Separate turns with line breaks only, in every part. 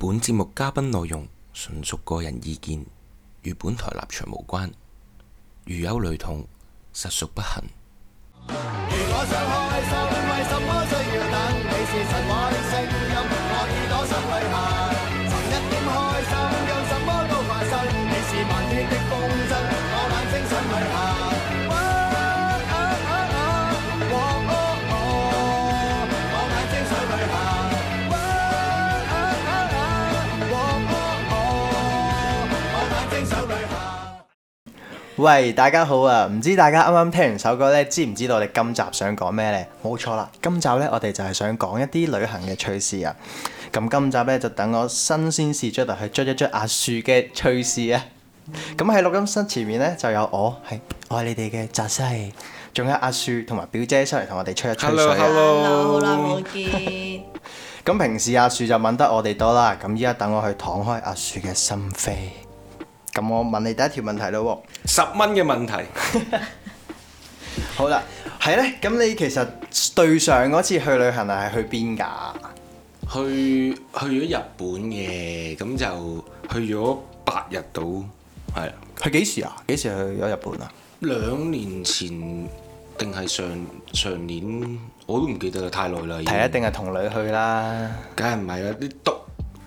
本節目嘉賓內容純屬個人意見，與本台立場無關。如有雷同，實屬不幸。
如果想開心，為什麼需要等？你是神話的聲音，我耳朵想去行。尋一點開心，讓什麼都發生。你是漫天的風箏，我眼睛想去行。哇啊啊啊！哇哦哦，我眼睛想去行。哇啊啊啊！哇哦哦，我眼睛想去行。
喂，大家好啊！唔知大家啱啱聽完首歌咧，知唔知道我哋今集想講咩呢？冇錯啦，今集咧我哋就係想講一啲旅行嘅趣事啊！咁今集咧就等我新鮮事出嚟去追一追阿樹嘅趣事啊！咁喺錄音室前面咧就有我係我係你哋嘅澤西，仲有阿樹同埋表姐上嚟同我哋吹一吹水啊
Hello，好耐冇見。
咁平時阿樹就問得我哋多啦，咁依家等我去敞開阿樹嘅心扉。咁我問你第一條問題咯喎。
十蚊嘅問題，
好啦，係咧，咁你其實對上嗰次去旅行係去邊㗎？
去去咗日本嘅，咁就去咗八日到，係啊
去幾時啊？幾時去咗日本啊？
兩年前定係上上年，我都唔記得啦，太耐啦。已經
係一定係同女去啦，
梗係唔係啦，啲獨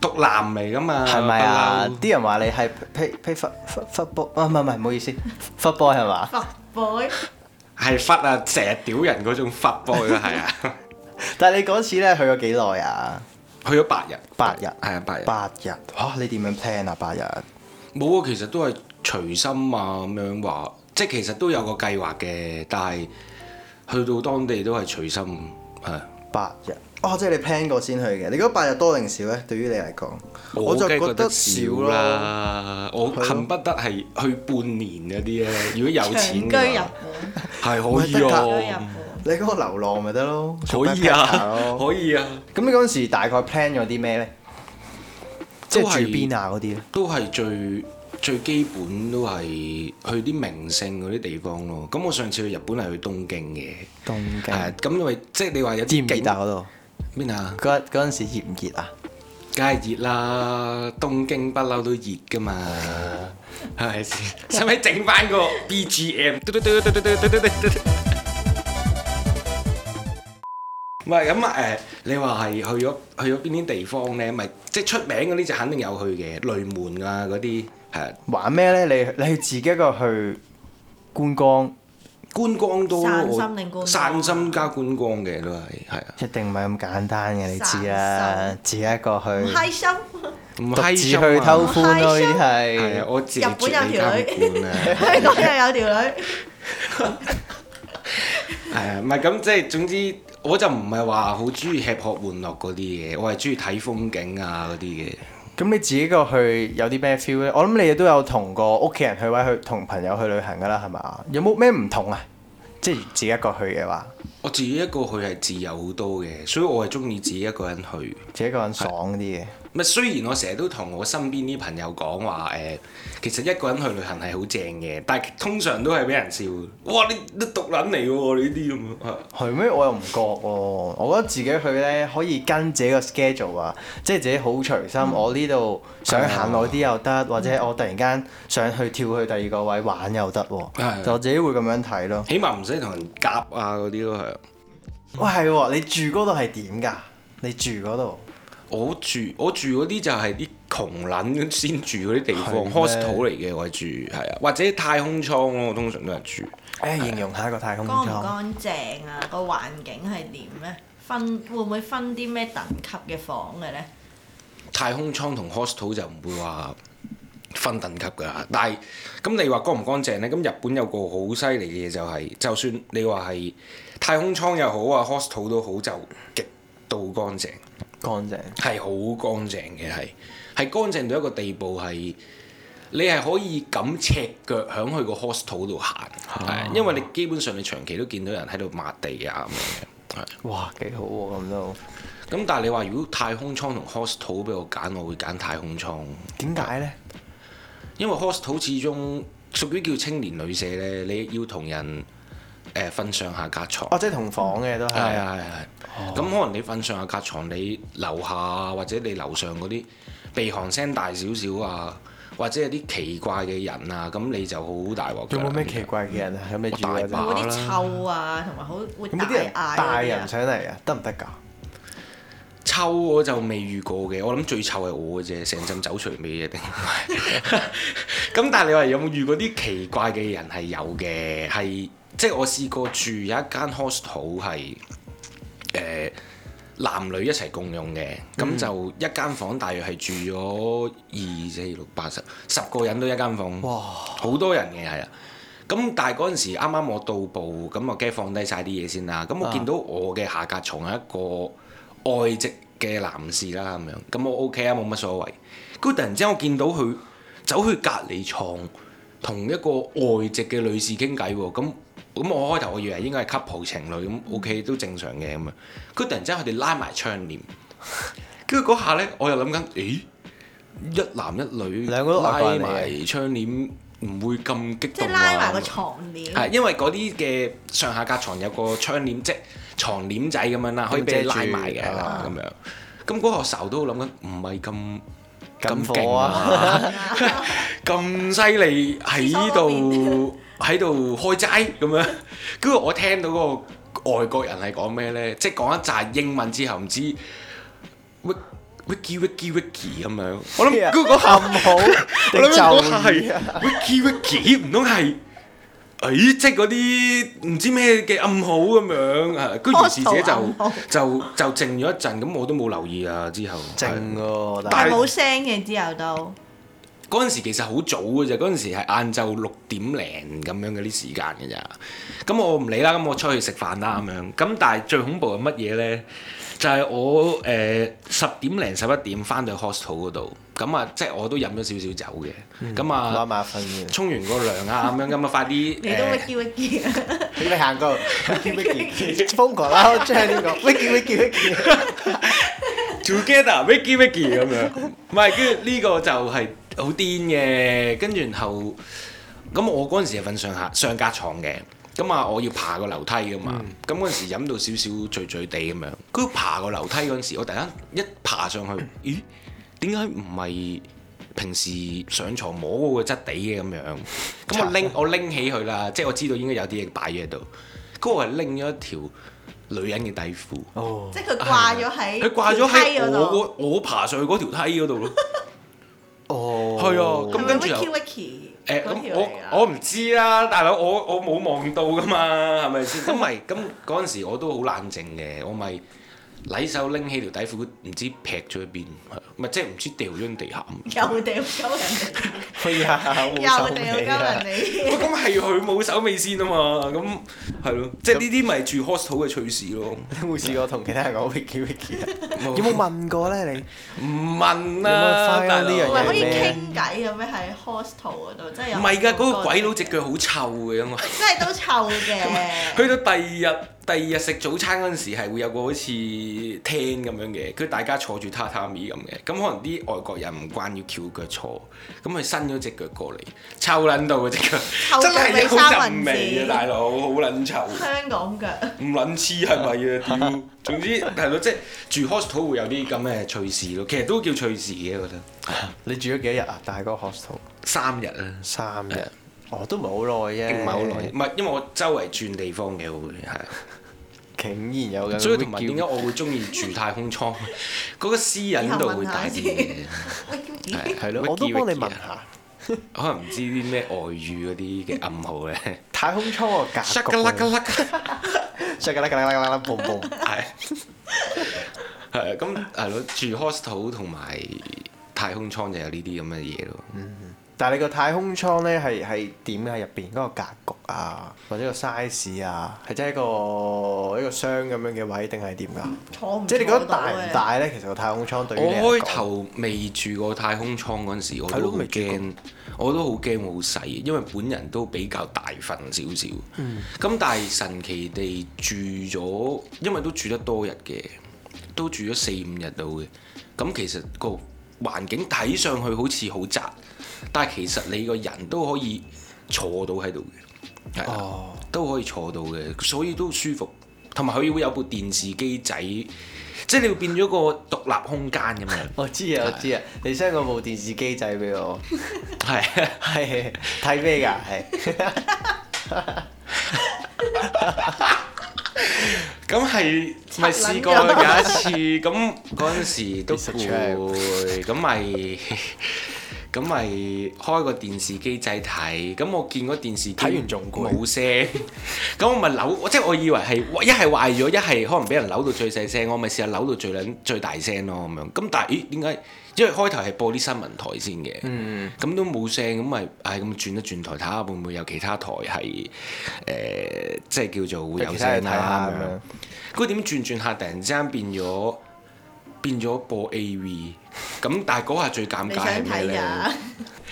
獨男嚟噶嘛，
係咪啊
不嬲？
啲人話你係披披忽忽忽波啊，唔係唔係，唔好意思， 忽波係嘛？
Fuck boy，
係忽啊，成日屌人嗰種忽波嘅係啊，
但係你嗰次咧去咗幾耐啊？
去咗八日，
八日
係啊，八日，
八日，哇！你點樣 plan 啊？八日
冇啊，其實都係隨心啊咁樣話，即係其實都有個計劃嘅，但係去到當地都係隨心，係啊
八日，哦，即係你 plan 過先去嘅。你覺得八日多定少咧？對於你嚟講，
我
就
梗係覺
覺得
得
少
少
咯。
啦，我
係咯
恨不得係去半年嗰啲咧，如果有
長
錢
居
嘅
日
話
本，
係可以
唔係
長
得
居日
啊，
本。
你嗰個流浪咪得咯，做
可以啊
backpacker，咯
可以啊。
咁你嗰陣時大概 plan 咗啲咩咧？即
都
係
係
住邊啊嗰啲咧？
都係最最基本都係去啲名勝嗰啲地方咯。咁我上次去日本係去東京嘅，
東
係啊
京
咁因為即係你話有啲
熱唔
景
熱啊嗰度？
邊啊，
嗰嗰陣時熱唔熱啊？
梗係熱啦，東京不嬲都熱噶嘛。係咪先？使唔使整翻個 BGM？嘟嘟嘟嘟嘟嘟嘟嘟嘟嘟唔係咁啊誒，你話係去咗去咗邊啲地方咧？咪即係出名嗰啲就肯定有去嘅，雷門啊嗰啲係啊
玩咩咧？你你自己一個去觀光，
觀光都
散心定觀光
散心加觀光嘅都係係啊，
一定唔係咁簡單嘅，你知啦。自己一個
唔
去，
開心，
唔
獨
閪
自
心啊
去偷歡咯，呢啲
係啊，
係。
我自己
日本有
絕
條
你監
女
管 啊，
香港又有條女，
係啊，唔係咁即係總之我就唔係話好中意吃喝玩樂嗰啲嘢，我係中意睇風景啊嗰啲嘅。
咁你自己一個去有啲咩 feel 咧？我諗你都有同個屋企人去或者去同朋友去旅行㗎啦，係咪？有冇咩唔同啊？即係自己一個去嘅話，
我自己一個去係自由好多嘅，所以我係中意自己一個人去。
自己一個人爽啲嘅。
咪雖然我成日都同我身邊啲朋友講話誒，其實一個人去旅行係好正嘅，但係通常都係俾人笑。哇！你你獨撚嚟喎，你呢啲咁啊樣。係
係咩？我又唔覺喎、我覺得自己去咧可以跟自己個 schedule 啊，即係自己好隨心。我呢度想行耐啲又得，或者我突然間想去跳去第二個位玩又得喎、
係
就我自己會咁樣睇咯。
起碼唔使同人夾啊嗰啲咯，係。
喂，係喎、你住嗰度係點㗎？你住嗰度
我住我住嗰啲就係啲窮撚先住嗰啲地方
係咩
，hostel 嚟嘅我係住係啊，或者太空艙咯，我通常都係住。
誒，形容下一個太空
乾唔
艙。
乾淨啊？個環境係點咧？分會唔會分啲咩等級嘅房嘅咧？
太空艙同 hostel 就唔會話分等級㗎啦。但係咁你話乾唔乾淨呢？咁日本有個好犀利嘅嘢就係、就算你話係太空艙又好啊，hostel 都好，就極度乾淨。
乾淨。
係好乾淨嘅，係係乾淨到一個地步係，你係可以咁赤腳響去個 hostel 度行，係、因為你基本上你長期都見到人喺度抹地啊咁樣嘅，係
哇，幾好喎、咁都。
咁但係你話如果太空艙同 hostel 俾我揀，我會揀太空艙，
點解咧？
因為 hostel 始終屬於叫青年旅社咧，你要同人誒瞓、上下隔床。
哦，即係同房嘅都
係
係。哦
啊係啊係啊，咁可能你瞓上下隔床，你樓下或者你樓上嗰啲鼻鼾聲大少少啊，或者有啲奇怪嘅人啊，咁你就好大鑊㗎
有
啦。
冇咩奇怪嘅人啊？有咩住嗰
有
大
啲？
把
冇啲臭啊，同埋好會
咁
大
呢啲人
嗌
帶
嗰
人
啲啊。
上嚟啊，得唔得㗎？
臭我就未遇過嘅，我諗最臭係我嘅啫，成陣酒除味嘅定係。 咁但係你話有冇遇過啲奇怪嘅人係有嘅，係即係我試過住有一間 hostel 係誒男女一齊共用嘅，咁就一間房大約係住咗二四六八十十個人都一間房。
哇！
好多人嘅係啊。咁但係嗰陣時啱啱我到步，咁我梗係放低晒啲嘢先啦。咁我
啊
見到我嘅下格床係一個外籍嘅男士啦，咁樣咁我 OK 啊，冇乜所謂。佢突然之間我見到佢走去隔離床同一個外籍嘅女士傾偈喎，咁咁我開頭我以為應該係 couple 情侶咁 OK 都正常嘅咁啊。佢突然之間佢哋拉埋窗 簾，跟住嗰下咧我又諗緊，咦一男一女
兩個都
拉
外國人嚟嘅
埋窗簾唔會咁激動
即係拉埋個
啊
床簾，
係，因為嗰啲嘅上下隔床有個窗簾，即係床簾仔咁樣啦，可以俾你拉埋嘅
遮住
啦
啊
咁樣。咁嗰個時候都諗緊，唔係咁
咁
勁
火啊，
咁犀利喺度喺度開齋咁樣。跟住我聽到嗰個外國人係講咩咧？即係講一紮英文之後，唔知 wiki wiki wiki wiki 咁樣。我諗跟住嗰下
咁。好，
我
定
諗嗰下
就
係 Wiki Wiki，唔通係？誒，即係嗰啲唔知咩嘅暗號咁樣啊！跟住於是者
開頭
就
暗號
就就靜咗一陣，咁我都冇留意啊。之後
靜
係
喎，
但係
但係冇聲嘅之後都。
嗰陣時其實好早嘅啫，嗰陣時係晏晝六點零咁樣嗰啲時間嘅咋。咁我唔理啦，咁我出去食飯啦咁樣。咁但係最恐怖係乜嘢咧？就係、我誒十點零十一點翻到 hostel 嗰度，咁啊即係我都飲咗少少酒嘅，咁啊。
攞埋份嘅。
沖完個涼啊咁樣咁啊，快啲
你都
誒
wiki wiki 啊！
你咪行過，wiki wiki，瘋狂啦！我中意呢個 wiki wiki wiki。
together wiki wiki 咁樣，唔係跟住呢個就係好癲嘅，跟住然後咁我嗰陣時係瞓上下上格床嘅，咁啊我要爬個樓梯噶嘛，咁嗰陣時飲到少少醉醉地咁樣，佢爬個樓梯嗰陣時，我突然間一爬上去，咦點解唔係？平時上床摸嗰個質地嘅咁樣，咁我拎我拎起佢啦，即係我知道應該有啲嘢擺咗喺度，嗰個係拎咗一條女人嘅底褲。
哦，
即係佢掛咗喺
佢掛咗
條梯
喺
嗰
我
度，
嗰我爬上去嗰條梯嗰度 咯。
哦，
係啊咁
係咪
跟住又
wiki wiki
誒
嗰
咁
條嚟啊
我我
㗎？
唔知啦，大佬我我冇望到噶嘛，係咪先？咁咪咁嗰陣時我都好冷靜嘅，我咪禮手拎起條底褲，唔知劈咗去邊，唔係即係唔知掉咗喺地下。
又掉鳩人
係啊，
哋，
好
又
手
掉
尾啊
鳩 人哋。
喂咁係佢冇手尾先啊嘛，咁係咯，即係呢啲咪住 hostel 嘅趣事咯。
你有冇試過同其他人講 wiki wiki 啊？
冇
有冇問過咧？你
唔問
有冇
啦，
file
大
呢樣
唔
嘢
佬
係可以
咩
傾偈嘅咩？喺 hostel 嗰度，即係有
唔係㗎，嗰個鬼佬隻
即
腳好臭嘅，因為。
係都臭嘅。
去到第二日，第二日食早餐嗰陣時係會有個好似廳咁樣嘅，跟住大家坐住榻榻米咁嘅，咁可能啲外國人唔慣要翹腳坐，咁佢伸咗隻腳過嚟，臭撚到嗰只腳，
臭到
真係有
你三文
陣味啊！
治
大佬好撚臭，
香港腳，
唔撚黐係咪啊？屌，總之係咯，即係住 hostel 會有啲咁嘅趣事咯，其實都叫趣事嘅，我覺得
你住咗幾多日啊？大哥 hostel
三日啦。
三
係
日，哦，都唔係好耐啫，
唔係好耐，唔係因為我周圍轉地方嘅會係啊。
竟然有咁嘅 wiki wiki。
所以同埋點解我會中意住太空艙？ 嗰個私隱度會大啲嘅， 係
係咯？
Wiki
我都幫你
Wiki
問
啊
下
可能唔知啲咩外語嗰啲嘅暗號 咧。
太空艙個格局
沙啦啦啦，
，shaka 啦啦啦啦啦，嘣嘣。
係係啊咁係咯，住 hostel 同埋太空艙就有呢啲咁嘅嘢咯。
但係你個太空艙咧係係點嘅？入邊嗰個格局啊，或者個 size 啊，係真係一個一個箱咁樣嘅位定係點㗎？
坐唔
即係你覺
坐
得
到
大
嘅
唔？大咧？其實個太空艙對於你
我
嚟
開
講，
頭未住過太空艙嗰陣時，我
係
都
咯
好
未住過
驚，我都好驚我好細，因為本人都比較大份少少。咁、
嗯
但係神奇地住咗，因為都住得多日嘅，都住咗四五日到嘅。咁其實個環境睇上去好似好窄，但係其實你個人都可以坐到喺度嘅，係啦
哦，
都可以坐到嘅，所以都舒服。同埋佢會有部電視機仔，即係你會變咗個獨立空間咁樣。
我知啊，我知啊，你 send 嗰部電視機仔俾我，
係
係睇咩㗎？係
咁係咪
拆撚
試
咗
過有一次咁嗰陣時 都
食腸
攰，咁咪咁咪開個電視機仔睇，咁我見嗰電視機
睇完仲攰
冇聲，咁我咪扭，我即係我以為係一係壞咗，一係可能俾人扭到最細聲，我咪試下扭到最撚最大聲咯咁樣。咁但係咦點解？因為開頭係播啲新聞台先嘅，咁、都冇聲，咁咪係咁轉一轉台睇下會唔會有其他台係誒、呃即係叫做會有
其他嘢
聲
睇
啦
下
咁
咁
樣
樣。。
佢點轉轉下，突然之間變咗變咗播 A V，咁但係嗰下最尷尬
你想
係咩
睇啊
咧？
㗎？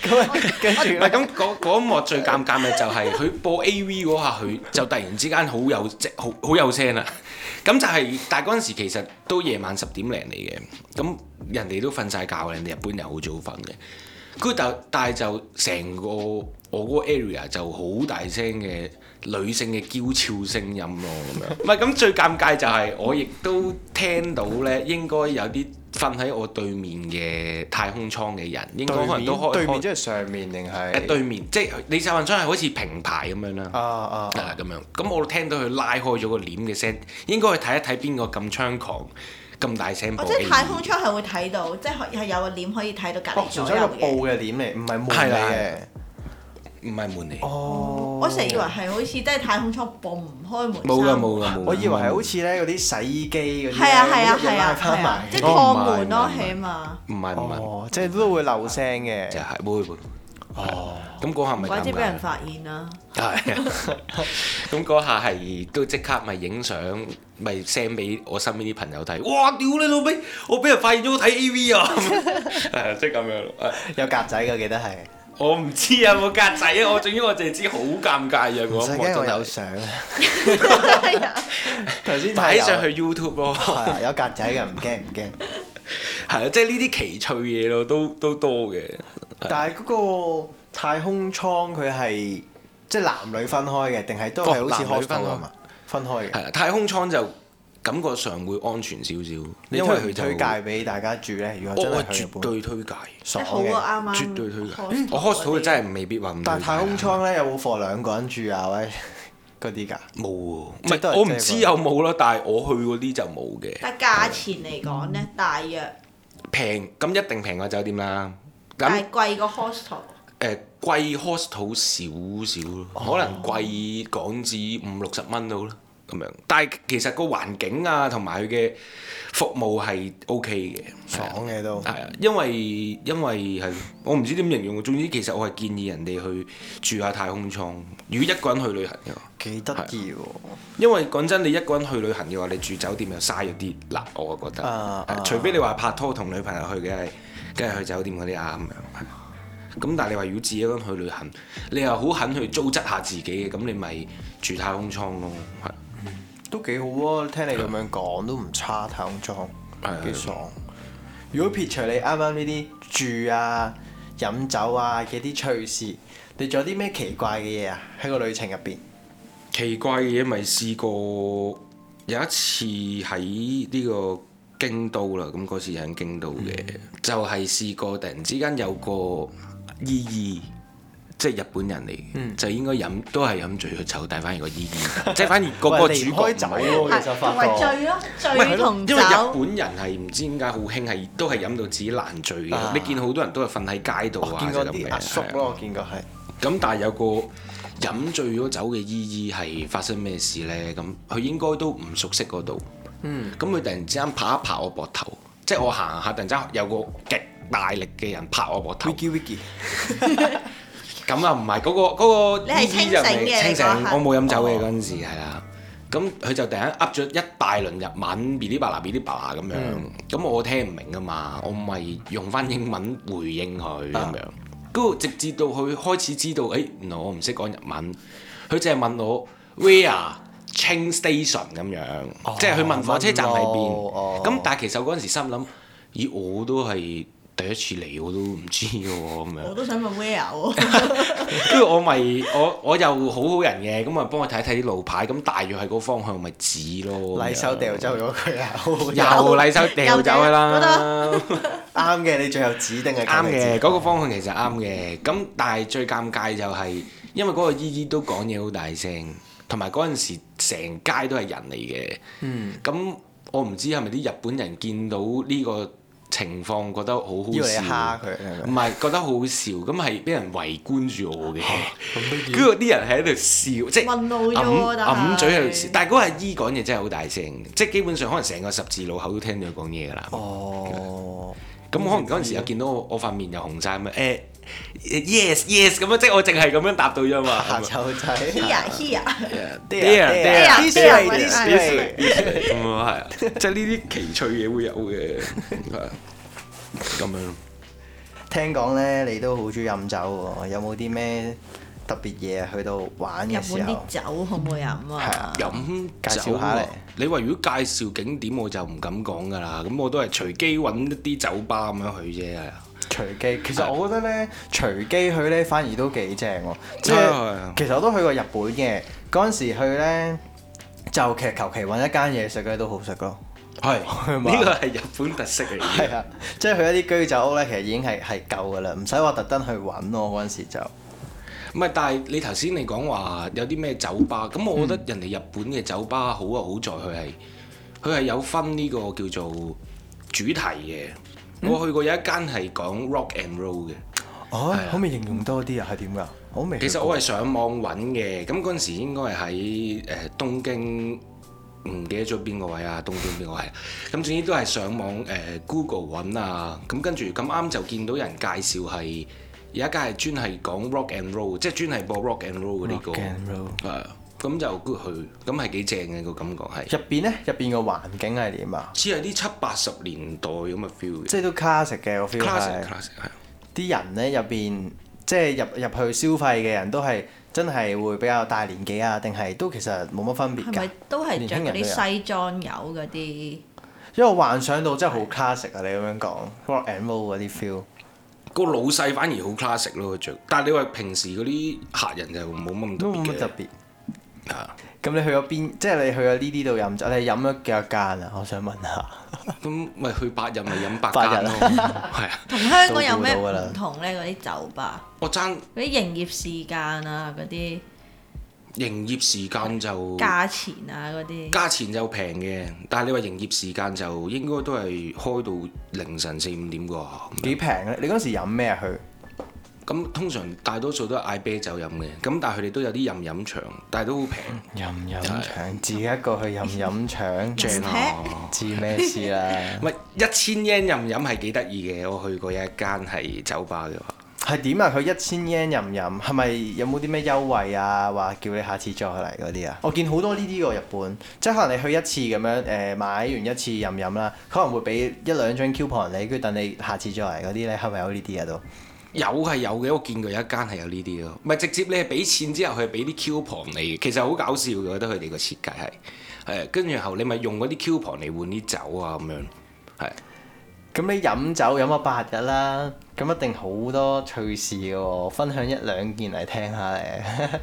咁啊跟住
唔係咁嗰嗰一幕最尷尬咪就係佢播 A V 嗰下，佢就突然之間好有即好好有聲啦。咁就係、但係嗰陣時其實都夜晚十點零嚟嘅，咁人哋都瞓晒覺嘅，人哋日本人好早瞓嘅。佢但但係就成個我嗰個 area 就好大聲嘅女性嘅嬌俏聲音咯，咁 樣。唔係咁最尷尬就係我亦都聽到咧，應該有啲瞓喺我對面嘅太空艙嘅人，應該可能都開
對
開
面即係上面定係？
誒對面，即係你手運窗係好似平排咁樣啦，
啊啊！
啊咁樣。咁我聽到佢拉開咗個簾嘅聲，應該去睇一睇邊個咁猖狂、咁大聲
我
哦
播
哦即
A
係太空艙係會睇到，即係可係有個簾可以睇到隔
哦
離，左
純粹一個
右嘅。
布嘅簾嚟，唔係門
係
嚟
啦
嘅。
唔係門嚟，
哦，
我成日以為係好似即係太空艙播唔開門。
冇噶冇。噶冇㗎。
我以為係好似咧嗰啲洗衣機嗰啲
係啊係啊
咧
係啊
翻
係啊
埋，
即係
哦
擴門
唔
咯，
係唔係
起碼。
唔係唔係，
哦，即係都會漏聲
就
嘅。
係會會。
哦，
咁嗰下咪
鬼知
尷
俾人
尬，
發現啦！
係啊。咁嗰下係都即刻咪影相，咪 send 俾我身邊啲朋友睇。哇！屌你老味，我俾人發現咗我睇 A V 啊！ 係啊即係咁樣咯。係
有格仔嘅記得係，
我唔知有冇格仔啊！我總之我淨係知好尷尬嘅
唔
嗰
使
一幕
驚我
真係。
有相。
係啊
頭先
擺
睇有
上去 YouTube 咯，
係啊，有格仔嘅，唔驚唔驚。
係啊，即係呢啲奇趣嘢咯，都都多嘅。
但係嗰個太空艙佢係即係男女分開嘅，定係都係
哦
好似
男女分
hostel
開
咁嘛？分開嘅。
係啊，太空艙就感覺上會安全少少，
你
因為
推
佢
唔
就
推介俾大家住咧？如
我
果真
我
係去日
絕
本，
對推介，
爽
好
嘅。
啊，啱啱。
絕對推介。嗯
Hostel
我 hostel 就真係未必話唔推介啊。
但係太空艙咧有冇放兩個人住啊？或者嗰啲㗎？
冇喎，唔
即係都係
係我唔
即係
知
個
有冇啦，但係我去嗰啲就冇嘅，
但價錢嚟講咧，大約，
平咁一定平過酒店啦。
但
咁
係貴過 hostel。
誒貴呃 hostel 少少咯，可能貴港紙五六十蚊到啦咁樣。但係其實個環境啊，同埋佢嘅服務係 OK 嘅，係啊
爽嘅都。
係啊，因為因為係我唔知點形容，總之其實我係建議人哋去住下太空艙。如果一個人去旅行嘅話，
幾得意喎！
因為講真，你一個人去旅行嘅話，你住酒店又嘥咗啲嗱，我覺得。
啊
係
啊
除非你話拍拖同女朋友去嘅係，梗係去酒店嗰啲啊啱咁樣。咁但係你話如果自己一個人去旅行，你又好肯去糟質下自己嘅，咁你咪住太空艙咯，係。
都幾好喎，聽你咁樣講都唔差，太空裝
係啊
幾爽。如果撇除你啱啱呢啲住啊、飲酒啊嘅啲趣事，你仲有啲咩奇怪嘅嘢啊？喺個旅程入邊，
奇怪嘅嘢咪試過有一次喺呢個京都啦，咁嗰次喺京都嘅，
嗯
就係試過突然之間有個姨姨，即係日本人嚟，嘅，
嗯
就應該飲都係飲醉咗酒，但係反而個姨 姨，即係反而個個
喂
主
離
角
唔開
唔
酒啊
係
喎，其實
同
發
埋
覺。
醉咯，
唔係
醉
係咯
同
因為日
酒。
本人係唔知點解好興係都係飲到自己爛醉嘅，
啊
你見好多人都係瞓喺街度
我
啊，
見
就
過
咁
啲
嘅
阿叔
係啊
咯，我見過係
咁但係有個飲醉咗酒嘅姨姨係發生咩事呢？咁佢應該都唔熟悉嗰度。嗯。咁佢突然之間拍一拍我膊頭，即係我行下，突然之間有個極大力嘅人拍我膊頭。
Wiki Wiki，
咁啊，唔係嗰個嗰、
你
個
係
姨姨就唔
清醒嘅
清醒
你嗰，刻
我冇飲酒嘅嗰陣時係啦。咁佢就突然間噏咗一大輪日文，嗶哩吧啦嗶哩吧啦咁樣。
嗯
咁、我聽唔明啊嘛，我咪用翻英文回應佢
啊
咁樣。嗰個直至到佢開始知道，誒、哎原來我唔識講日文，佢淨係問我 where train station 咁樣，
哦
即係佢問火車站喺
問路
邊。
哦
咁但係其實我嗰陣時心諗，咦，我都係第一次嚟我都唔知嘅喎咁
我
樣。
都想問 where 喎，
跟住我咪我我又好好人嘅，咁啊幫佢睇睇啲路牌，咁大約係嗰個方向咪指咯。咁樣
禮手掉走咗佢啊！好
又禮手掉走佢啦。
啱嘅，你最後指定係
啱
佢嚟
嘅，
指
嗰個方向其實啱嘅。咁但係最尷尬就係，因為嗰個姨姨都講嘢好大聲，同埋嗰陣時成街都係人嚟嘅。
嗯，
咁我唔知係咪啲日本人見到呢個情況覺得好好
以為你
笑
蝦，佢係
唔
咪？
係覺得好好笑，咁係俾人圍觀住我嘅。
咁
跟住啲人係喺度笑，即係
混路啫
揞
喎，
揞嘴喺度笑
係。
但係嗰個阿姨講嘢真係好大聲，即係基本上可能成個十字路口都聽到佢講嘢㗎啦。
哦，
咁可能嗰陣時又見到我我塊面又紅晒咁樣，誒、yes yes 咁樣，啊即係我淨係咁樣啊答到啫嘛。
下晝仔
here here，
There，there，
this
there，there，
way this
there，
way
咁啊係啊，即係呢啲奇趣嘢會有嘅，係啊咁樣咯。
聽講咧，你都好中意飲酒喎，有冇啲咩特別嘢去到玩
日
嘅時
本啲
候？
酒好唔好飲
係啊
啊？
飲
介
酒
紹下
啊
嚟！
你話如果介紹景點，我就唔敢講㗎啦。咁我都係隨機揾一啲酒吧咁樣去啫。係啊
隨機，其實我覺得咧，隨機去咧反而都幾正喎。即
係啊係啊
係其實我都去過日本嘅，嗰陣時去咧就其實求其揾一間嘢食嘅都好食咯。
係
嘛
呢個係日本特色嚟嘅。
係啊，即係去一啲居酒屋咧，其實已經係係夠噶啦，唔使話特登去揾咯。嗰陣時就
唔係，但係你頭先你講話有啲咩酒吧，咁我
嗯
覺得人哋日本嘅酒吧好啊，好在佢係佢係有分呢個叫做主題嘅。
嗯
我去過有一間係講 rock and roll 嘅，係
哦
啊
可唔可以形容多啲啊？係點噶？我未去過。
其實我係上網揾嘅，咁嗰陣時應該係喺誒東京，唔記得咗邊個位啊，東京邊個位啊，咁總之都係上網誒、呃 Google 揾啊，咁跟住咁啱就見到人介紹係有一間係專係講 rock and roll，即係專係播 rock and roll 嗰啲歌。
Rock and roll
係啊咁就 good 去，咁係幾正嘅個感覺係，
入邊咧，入邊個環境係點啊？
似係啲七八十年代咁嘅 feel 嘅
即係都 classic 嘅，我 feel 係
，classic。classic 係。啊
啲人咧入邊，即係入入去消費嘅人都係真係會比較大年紀啊，定係都其實冇乜分別
係
㗎
咪。都係着嗰
年輕人都
啲
有
西裝友嗰啲？
因為我幻想到真係好 classic 啊！你咁樣講 rock and roll 嗰啲 feel，
個老細反而好 classic 咯，佢着，但係你話平時嗰啲客人就冇乜咁特
都冇
別
乜特
嘅。
別。
啊
咁你去咗邊？即係你去咗呢啲度飲酒，你飲咗幾多間啊？我想問下。
咁咪去百日咪飲百
百日
間咯，係啊！
同香港有咩
都估到㗎啦
唔同咧？嗰啲酒吧，
我爭
嗰啲營業時間啊，嗰啲
營業時間就
價錢啊，嗰啲。
價錢就平嘅，但係你話營業時間就應該都係開到凌晨四五點啩。
幾平咧？你嗰陣時飲咩啊去？
咁通常大多數都係嗌啤酒飲嘅，咁但係佢哋都有啲任飲場，但係都好平。
飲飲腸，自己一個去飲飲 腸，
正啊！
知咩事啦？
唔係一千 yen 任飲係幾得意嘅，我去過有一間係酒吧嘅話，
係點啊？佢一千 yen 飲飲，係咪有冇啲咩優惠啊？話叫你下次再嚟嗰啲啊？我見好多呢啲喎，日本，即係可能你去一次咁樣，誒、買完一次飲飲啦，可能會俾一兩張 coupon 你，跟住等你下次再嚟嗰啲咧，係咪有呢啲啊？都
有係有嘅，我見過有一間係有呢啲咯。唔係直接你係俾錢之後，佢係俾啲 coupon 你嘅，其實好搞笑嘅，我覺得佢哋個設計係係跟住後你咪用嗰啲 coupon 嚟換啲酒啊咁樣，係
咁你飲酒飲咗八日啦，咁一定好多趣事嘅喎，分享一兩件嚟聽下咧。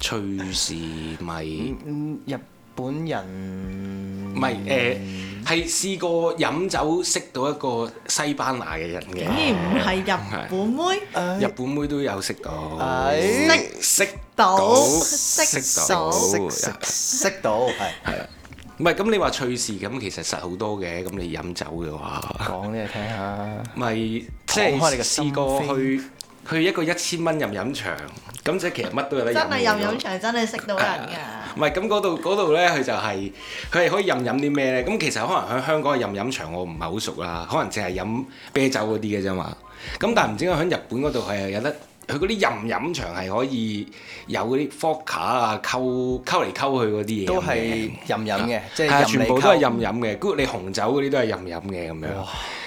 趣事咪
嗯日本人
唔係誒呃係試過飲酒識到一個西班牙嘅人嘅，
竟然唔係日本妹，
唉
日本妹都有識到，
唉
識
到
識
識
到
到
識識識到係
唔係咁，你話趣事咁，其實實好多嘅。咁你飲酒嘅話，
講俾你聽下。
咪即
敞開你
係
嘅
試
心
過
扉
去去一個一千蚊任飲場，咁即係其實乜都有得飲嘅。
真係任飲場真係識到人
係啊
㗎。
唔係咁嗰度嗰度咧，佢就係佢係可以任飲啲咩咧？咁其實可能喺香港嘅任飲場我唔係好熟啦，可能淨係飲啤酒嗰啲嘅啫嘛。咁但係唔知點解喺日本嗰度係有得佢嗰啲任飲場係可以有嗰啲 f o c a 啊，溝溝嚟溝去嗰啲嘢飲嘅。
都係任飲嘅，即
係啊
係
全部都係
任
任飲嘅，跟住你紅酒嗰啲都係任飲嘅咁樣。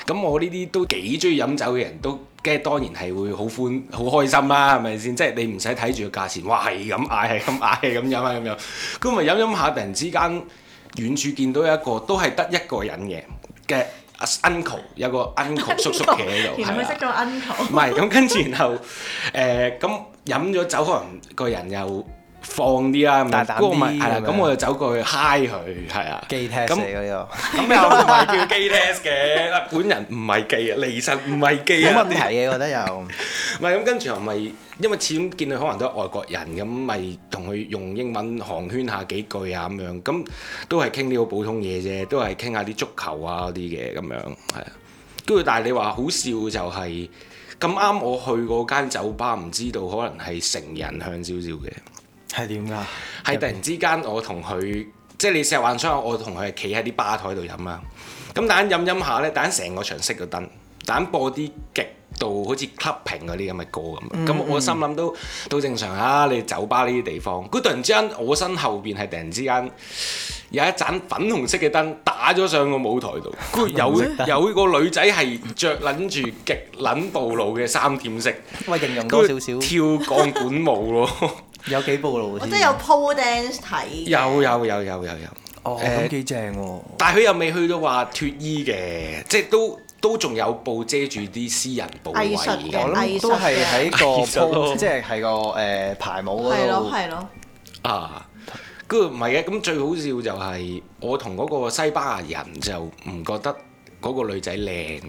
咁我呢啲都幾中意飲酒嘅人都，梗係當然係會好歡好開心啦，係咪先？即係你唔使睇住個價錢，哇係咁嗌，係咁嗌，係咁飲啊咁樣。咁咪飲飲下，突然之間遠處見到有一個都係得一個人嘅嘅 uncle 有個 uncle 叔叔嘅喺 度，
原來佢
係
識
啦。
咗
唔
uncle。
啊係咁，啊跟住然後誒咁飲咗酒，可能個人又放啲啦，咁樣
大膽啲
嗰個咪係啦，
咁樣
咁我就走過去嗨佢，係啊，
機 test
咁
嚟嘅呢個，
咁又唔係叫基 test 嘅，本人唔係基啊，離實唔係基
冇
啊
問，題嘅，我覺得又
唔係咁跟住又咪，因為始終見佢可能都係外國人，咁咪同佢用英文寒暄下幾句啊咁樣，咁都係傾呢個普通嘢啫，都係傾下啲足球啊嗰啲嘅咁樣，係啊。跟住但係你話好笑就係咁啱我去嗰間酒吧，唔知道可能係成人向少少嘅。
係點㗎？
係突然之間我同佢，即係你成日幻想我同佢係企喺啲吧台度飲啦。咁但係飲飲下咧，但係成個場熄咗燈，但係播啲極度好似 clubbing 嗰啲咁嘅歌咁。咁、
嗯
我心諗都都正常啊，你酒吧呢啲地方。佢突然之間我身後邊係突然之間。有一盞粉紅色嘅燈打咗上個舞台 度，跟住有有個女仔係着撚住極撚暴露嘅三點式，
喂，形容多少少
跟，住跳鋼管舞 咯。
有幾步路
我
先。
真係有 po dance 睇，
有有有有有有。
哦，
誒
咁幾正喎。
但係佢又未去到話脱衣嘅，即係都都仲有布遮住啲私人部位
藝術
我
嘅
嘅
諗都係喺個
藝術咯
po- 即係喺個誒排舞
係
嗰
咯
度。
係咯，
啊。跟住唔係嘅，咁最好笑就係我同嗰個西班牙人就唔覺得嗰個女仔靚，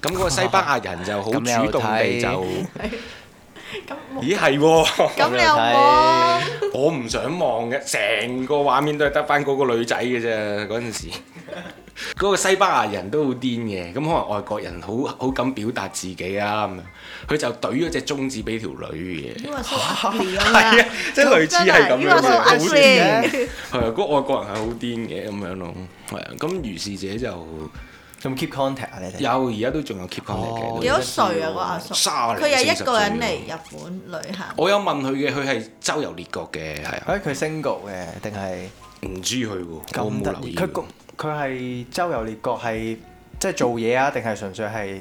咁嗰個西班牙人就好
咁又
主動地
睇
就，
咁冇
咦係喎，
咁你有
我
冇？
我唔想望嘅，成個畫面都係得翻嗰個女仔嘅啫。嗰陣 時，嗰個西班牙人都好癲嘅，咁可能外國人好好敢表達自己啊咁樣，佢就懟咗隻中指俾條女嘅。
You are so ugly 咁
係啊
樣，
即係類似係咁
You
樣嘅，
are so
好癲嘅。
ugly。
係啊，嗰個外國人係好癲嘅咁樣咯。係啊，咁如是者就
有冇 keep contact 啊？你哋
有而家都仲有 keep contact
哦
幾
嘅。
多歲啊？個阿叔，
卅零
佢係一個
四十
人
歲
嚟日本旅行，
我有問佢嘅，佢係周遊列國嘅，係啊，
誒佢 single 嘅定係
唔知佢喎，我
咁
冇
得
留
意？
意
佢
喎。
個佢係周遊列國係即係做嘢啊，定係純粹係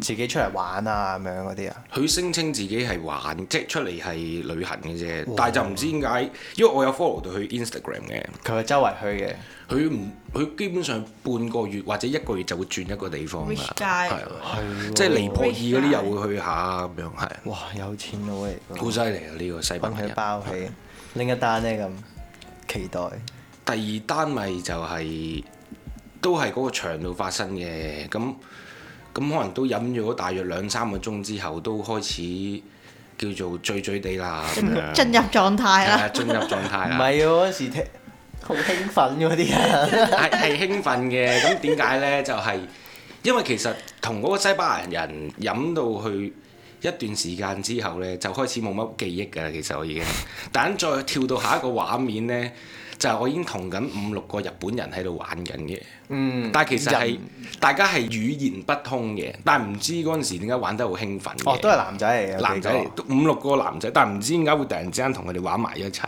自己出嚟玩啊咁樣嗰啲啊？
佢聲稱自己係玩，即係出嚟係旅行嘅啫，但係就唔知點解，因為我有 follow 到佢 Instagram 嘅，
佢係周圍去嘅。
佢唔佢基本上半個月或者一個月就會轉一個地方啦
Rich，guy
係啊
係嗯
即係尼泊爾
Rich
嗰啲
guy
又會去下咁樣，係
哇！有錢佬嚟㗎
好犀利啊！呢個西
揾
班牙
佢
人。
包起另一單咧咁，期待
第二單咪就係、都係嗰個場度發生嘅，咁咁可能都飲咗大約兩三個鐘之後，都開始叫做醉醉地啦咁樣，
進入狀態
係啊
啦，
進入狀態
唔
啦。
係喎嗰時聽好興奮嗰 啲啊，
係係興奮 嘅。咁點解呢？就係、因為其實同嗰個西班牙人飲到去一段時間之後呢，就開始冇乜記憶㗎啦。其實我已經， 但再跳到下一個畫面呢，就係我已經同緊五六個日本人喺度玩緊嘅。
嗯，
但係其實係
人
大家係語言不通嘅，但係唔知嗰陣時點解玩得好興奮嘅。
哦都係男仔嚟嘅，有幾個
男仔嚟，都五六個男仔，但係唔知點解會突然之間同佢哋玩埋一齊。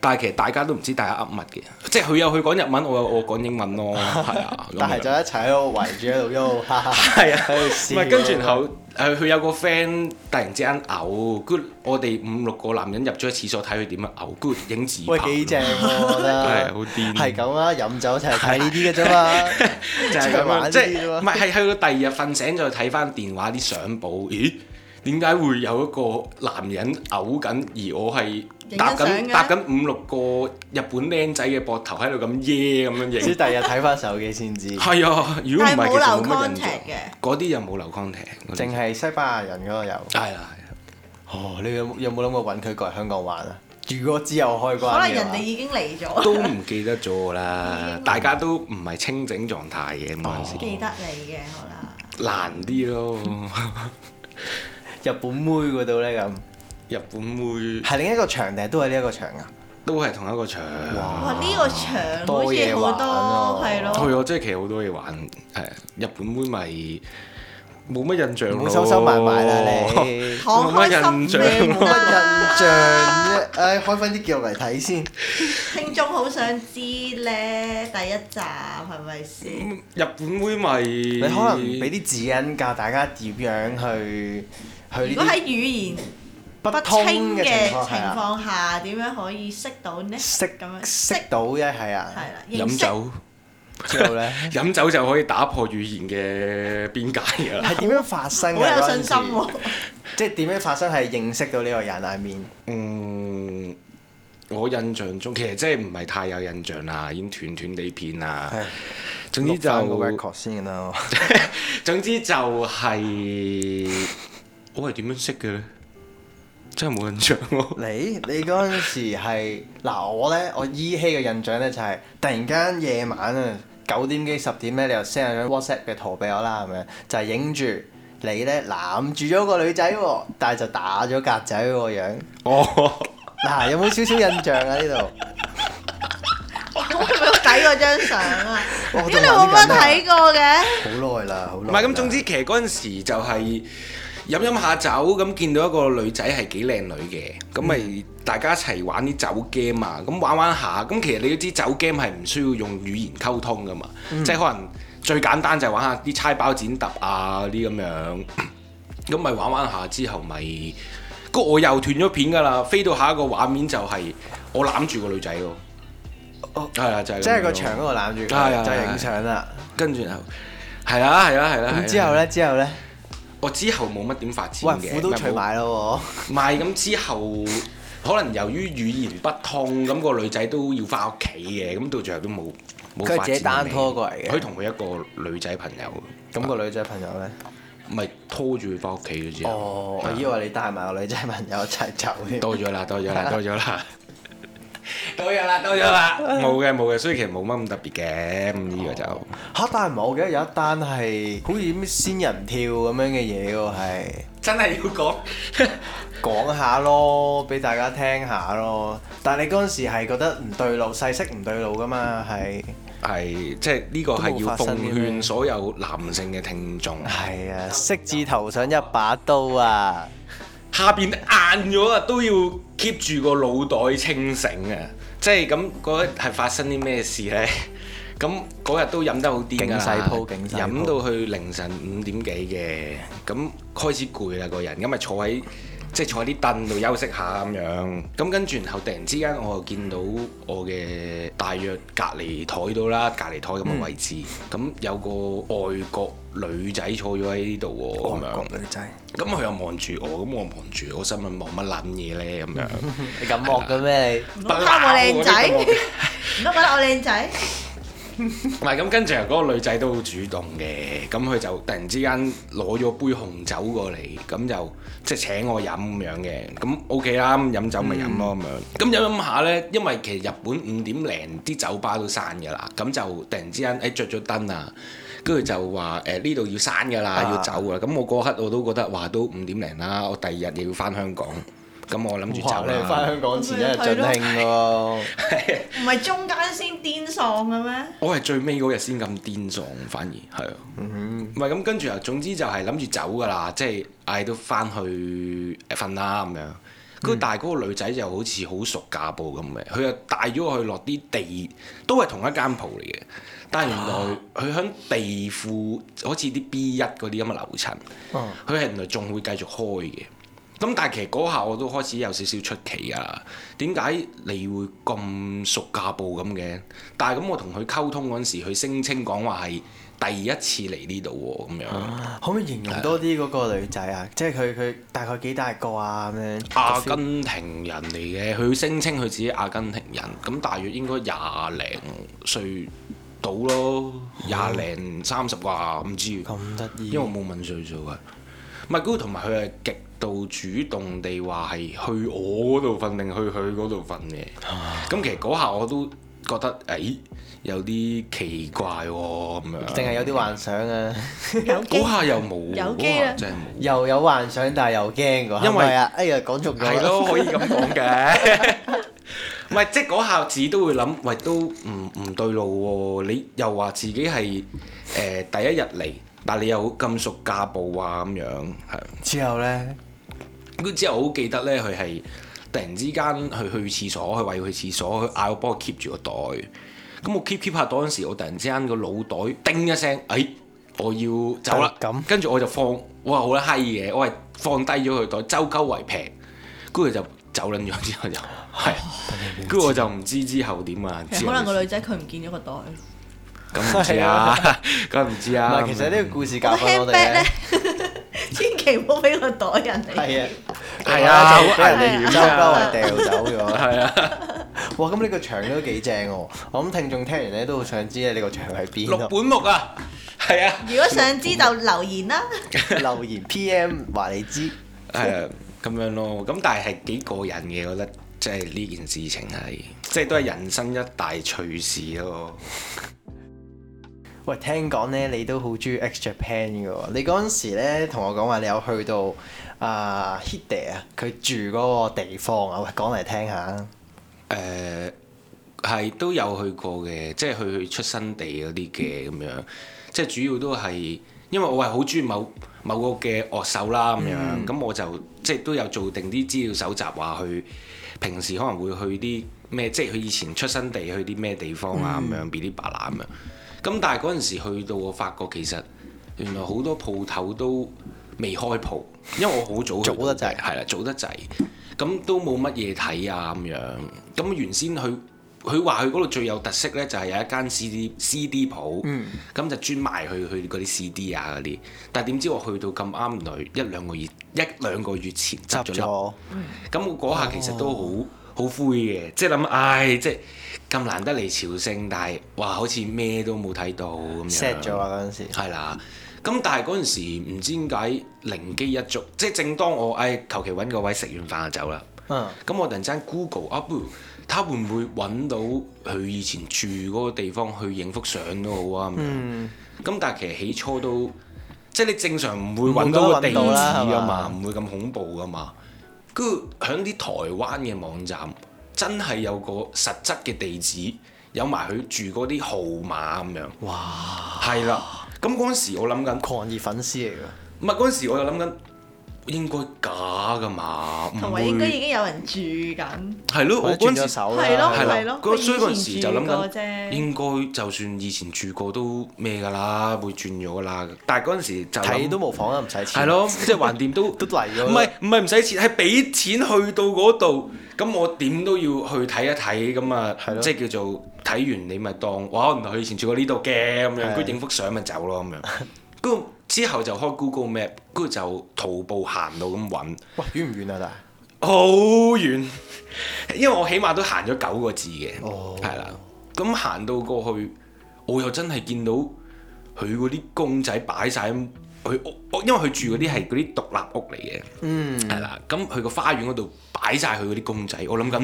但係其實大家都唔知大家噏乜嘅，即係佢有佢講日文，我有我講英文 咯，係啊。咁樣
但係就一齊喺度圍住 喺度喐，哈哈
係啊
喺度
唔
笑。
係跟住然後誒，佢有個 friend 突然之間嘔，跟住我哋五六個男人入咗去廁所睇佢點樣嘔，跟住影自
喂
拍
幾正喎，我覺得
係好啊癲
係咁啦，飲酒就係睇呢啲嘅 啫嘛，
就係咁樣，
玩
即
呢
係
啲啫
唔
嘛。
係係去到第二日瞓醒再睇翻電話啲相簿，咦？點解會有一個男人嘔緊，而我係
影緊
搭
相
緊
嘅
搭緊五六個日本僆仔嘅膊頭喺度咁耶咁樣
即
影？
第日睇翻手 機先知，
係啊，如果唔係
但係
其實
冇
冇
留
乜印象
contact。嘅。
嗰啲又冇留 contact，
淨係西班牙人嗰個有。
係啦，
哦，你有冇有冇諗過揾佢過嚟香港玩啊？如果之後開關嘅啊哦話
可能人哋已經嚟
係啦
咗，
都唔記得咗啦，大家都唔係清醒狀態嘅嗰陣時，
記得你嘅可
啊
能。
難啲咯。
日本妹嗰度咧咁，
日本妹
係另一個場定係都係呢一個場啊？
都係同一個場。
哇！呢個場
多
好似
嘢玩
好多
啊
係
係
咯，
啊，即係其實好多嘢玩。係日本妹咪冇乜印象
唔
咯
好收收埋埋啦你。
冇
敞
乜
開
印
心啊
象
扉
冇乜印象
啦。
啫，唉，開翻啲記錄嚟睇先。
聽眾好想知咧，第一集係咪
嗯
先？
日本妹咪你
你可能俾啲指引教大家點樣去去
如
呢
果
啲
喺語言
不
不
通
清
嘅
嘅
情況
情
係啊，
況下，點樣可以識到呢？
識
咁樣
識
識
到嘅係
係
啊，
啦，認
飲
識
酒
之 後咧
飲酒就可以打破語言嘅邊界㗎啦。
係點樣發生嘅？
好有
嗰陣
信
時
心喎、
即係點樣發生係認識到呢個人？I mean，
嗯，我印象中其實即係唔係太有印象啦，已經斷斷地片啦。
係
總之就
錄返個 record 先啦。
總之就係、我係點樣識嘅咧？真係冇印象喎。
你你嗰陣時係嗱我咧，我依稀嘅印象咧就係、突然間夜晚啊九點幾十點咧，你又 send 咗張 WhatsApp 嘅圖俾我啦，咁樣就係影住你咧攬住咗個女仔喎、但係就打咗格仔喎個樣。
哦，
嗱、有冇少少印象啊？呢度
我係咪有睇過張相啊？
哇
咦，你冇乜睇過嘅？
好耐啦，好
唔
耐啦。
係咁，總之其實嗰陣時就係飲飲下酒，咁見到一個女仔係幾靚女嘅，咁
嗯
咪大家一齊玩啲酒 game 啊，咁玩玩下，咁其實你都知酒 game 係唔需要用語言溝通噶嘛，
嗯
即係可能最簡單就係玩下啲猜包剪揼啊啲咁樣，咁咪玩玩下之後咪，咁我又斷咗片噶啦，飛到下一個畫面就係我攬住個女仔咯
哦，
係啊，就係咁樣咯
即係個牆嗰度攬住
係啊
佢
係
就影相啦。
跟住然後係啦係啦啊係啦，係啦
咁之後咧，之後咧，
我之後冇乜點發展
喂
嘅，
褲都除埋咯
唔係咁之後，可能由於語言不通，咁、個女仔都要翻屋企嘅，咁到最後都冇冇
佢
發
係
展
自己單拖過嚟嘅啊
佢同佢一個女仔朋友，
喎。咁個女仔朋友咧，
咪拖住佢翻屋企嘅之後
哦，我
係啊
以為你帶埋個女仔朋友一齊走添。
多咗啦，多咗啦，多咗啦。 多咗啦，多咗啦，冇嘅冇嘅，所以其實冇乜咁特別嘅，咁呢
哦
個就
嚇！但係唔係，我記得有一單係好似咩仙人跳咁樣嘅嘢喎，係
真係要講，
講下咯，俾大家聽下咯。但係你嗰陣時係覺得唔對路，細息唔對路噶嘛，係
係即係呢個係要
都冇發
奉
生嘅咩
勸所有男性嘅聽眾，
係啊，色字頭上一把刀啊！
下邊硬咗啊，都要 keep 住個腦袋清醒啊！即係咁嗰日係發生啲咩事呢？ 咁嗰日都飲得好癲㗎
勁細
啦
鋪勁細鋪
飲到去凌晨五點幾嘅，咁開始攰啦個人，咁咪啊坐喺即係坐喺啲凳度休息下咁樣。咁跟住然後突然之間，我又見到我嘅大約隔離台度啦，隔離台
嗯
咁嘅位置，咁、有個外國女仔坐咗喺呢度喎，咁樣。
女仔，
咁佢又望住我，咁我望住我心諗望乜撚嘢咧咁 樣，
你咁惡嘅咩
唔
你？
通覺得我靚仔？唔通覺得我靚仔？
唔係咁跟住啊嗰個女仔都好主動嘅，咁佢就突然之間攞咗杯紅酒過嚟，咁就即係請我飲咁樣嘅，咁 OK 啦，咁飲酒咪飲咯
嗯
咁樣，咁飲飲下咧，因為其實日本五點零啲酒吧都閂㗎啦，咁就突然之間誒着咗燈啊，跟住就話誒呢度要閂㗎啦，
啊
要走㗎啦，咁我嗰刻我都覺得話都五點零啦，我第二日又要翻香港，咁我諗住
哇！
走
你
啦。
翻香港前一日盡興 喎，
唔係中間先癲喪嘅咩？
我係最尾嗰日先咁癲喪，反而係啊，唔係咁跟住啊，總之就係諗住走㗎啦，即係嗌到翻去誒瞓啦咁樣。佢但係嗰個女仔就好似好熟架步咁嘅，佢又帶咗我去落啲地，都係同一間鋪嚟嘅。但係原來佢響地庫，好似啲 B 一嗰啲咁嘅樓層，
嗯
佢係原來仲會繼續開嘅。咁但係其實嗰下我都開始有少少出奇啊！點解你會咁熟架步咁嘅？但係咁我同佢溝通嗰陣時，佢聲稱講話係第一次嚟呢度喎咁樣。
可唔可以形容多啲嗰個女仔啊？即係佢佢大概幾大個啊咁樣？
阿根廷人嚟嘅，佢聲稱佢自己阿根廷人，咁大約應該廿零歲到咯，廿零三十啩，唔知。
咁得意
因為。我冇問歲數啊。唔係，嗰個同埋佢係極度主動地話係去我嗰度瞓定去佢嗰度瞓嘅。咁其實嗰下我都覺得，誒、有啲奇怪喎、咁樣。
淨係有啲幻想啊，
有機
嗰下又冇，
有機
嗰下
啦
真係冇。
又有幻想，但係又驚
因
㗎，
為
係咪啊，哎呀講中咗啦
係咯，可以咁講嘅。唔係，即係嗰下自己都會諗，喂，都唔唔對路喎、你又話自己係誒、第一日嚟，但你又咁熟架步啊咁樣，係。
之後咧，
咁之後我好記得咧，佢係突然之間去去廁所，佢話要去廁所，佢嗌我幫我 keep 住個袋。咁我 keep keep 下袋嗰陣時，我突然之間個腦袋叮一聲，哎，我要走啦。
就咁
跟住我就放，我係好閪嘅，我係放低咗佢袋，周鳩為平，跟住就走撚咗之後就係，跟住我就唔知之後點啊。
其
之
實
後
可能個女仔佢唔見咗個袋，
咁唔知 啊，咁唔知
唔
啊。
係，其實呢個故事教
我
訓我
handbag
哋咧
咧，， 千祈唔好俾個袋人哋。
啊係
係
啊，
啊
就俾人哋周
好
危險
周圍掉走咗。
係 啊，
哇！咁呢個場都幾正喎，我諗聽眾聽完咧都好想知咧呢個場喺邊
六
咯。
本木啊，係啊，
如果想知就留言啦。
留言 PM 話你知，
係啊，咁樣咯。咁但係係幾過癮嘅，我覺得即係呢件事情係，即係都係人生一大趣事咯。
喂，聽講咧你都好中意 X Japan 嘅喎，你嗰陣時咧同我講話你有去到啊 Hide 啊，佢住嗰個地方啊，喂，講嚟聽下。
誒呃係都有去過嘅，即係去去出生地嗰啲嘅咁樣，即係主要都係因為我係好中意某某個嘅樂手啦咁
嗯
樣，咁、我就即係都有做定啲資料搜集，話去平時可能會去啲咩，即係佢以前出生地去啲咩地方
嗯
啊咁樣，噼哩啪啦咁樣。咁但係嗰陣時去到，我發覺其實原來好多鋪頭都未開鋪，因為我好早去
早得
到嘅
滯
係啦，早得滯，咁都冇乜嘢睇啊咁樣。咁原先佢佢話佢嗰度最有特色呢，就係有一間 CD CD 鋪，咁、
嗯
就專賣佢佢嗰啲 CD 啊嗰啲。但係點知我去到咁啱，原來一兩個月一兩個月前執
執
咗笠
咗，哦
咁我嗰下其實都好好灰嘅，即係諗，唉，即係咁難得嚟朝聖，但係哇，好似咩都冇睇到咁樣。
set 咗啊嗰陣時，
係啦，咁但係嗰陣時唔知點解靈機一觸，即係正當我唉求其揾個位食完飯就走啦。
嗯，
咁我突然間 Google 啊，不如他會唔會揾到佢以前住嗰個地方去影幅相都好啊咁樣。
嗯
咁但係其實起初都即係你正常唔會揾到個地址
唔會咁樣揾到
噶
啦係
嘛，
嘛
唔會咁恐怖噶嘛。跟住喺啲台灣嘅網站真係有個實質嘅地址，有埋佢住嗰啲號碼咁樣。
哇，
係啦，咁嗰陣時我諗緊，
狂熱粉絲嚟㗎，
唔係嗰陣時我又諗緊應該假噶嘛，唔
同埋
會
應該已經有人住緊。
係咯，
或
我
者
嗰
轉
陣
咗
時。
手啦，
係咯
係
哦係
啦
咯，
嗰
佢
所以嗰陣
以
時
前
就諗
住過啫
緊，應該就算以前住過都咩㗎啦，會轉咗㗎啦。但係嗰陣時就諗
睇都冇房啦，唔使錢。
係，咯，即係橫掂都
都嚟咗啦
唔係唔係唔使錢，係俾錢去到嗰度，咁我點都要去睇一睇，咁啊
係咯，
即係叫做睇完你咪當，哇！原來佢以前住過呢度嘅咁
係
樣，佢影幅相咪走咯咁樣。跟住之後就開 Google Map，跟住就徒步行路咁揾，
喂，遠唔遠啊？但係。
好遠，因為我起碼都行咗九個字嘅，
哦
係啦、咁行到過去，我又真係見到佢嗰啲公仔擺晒咁，佢屋，我因為佢住嗰啲係嗰啲獨立屋嚟嘅，
嗯，
係啦、咁佢個花園嗰度擺晒佢嗰啲公仔，我諗緊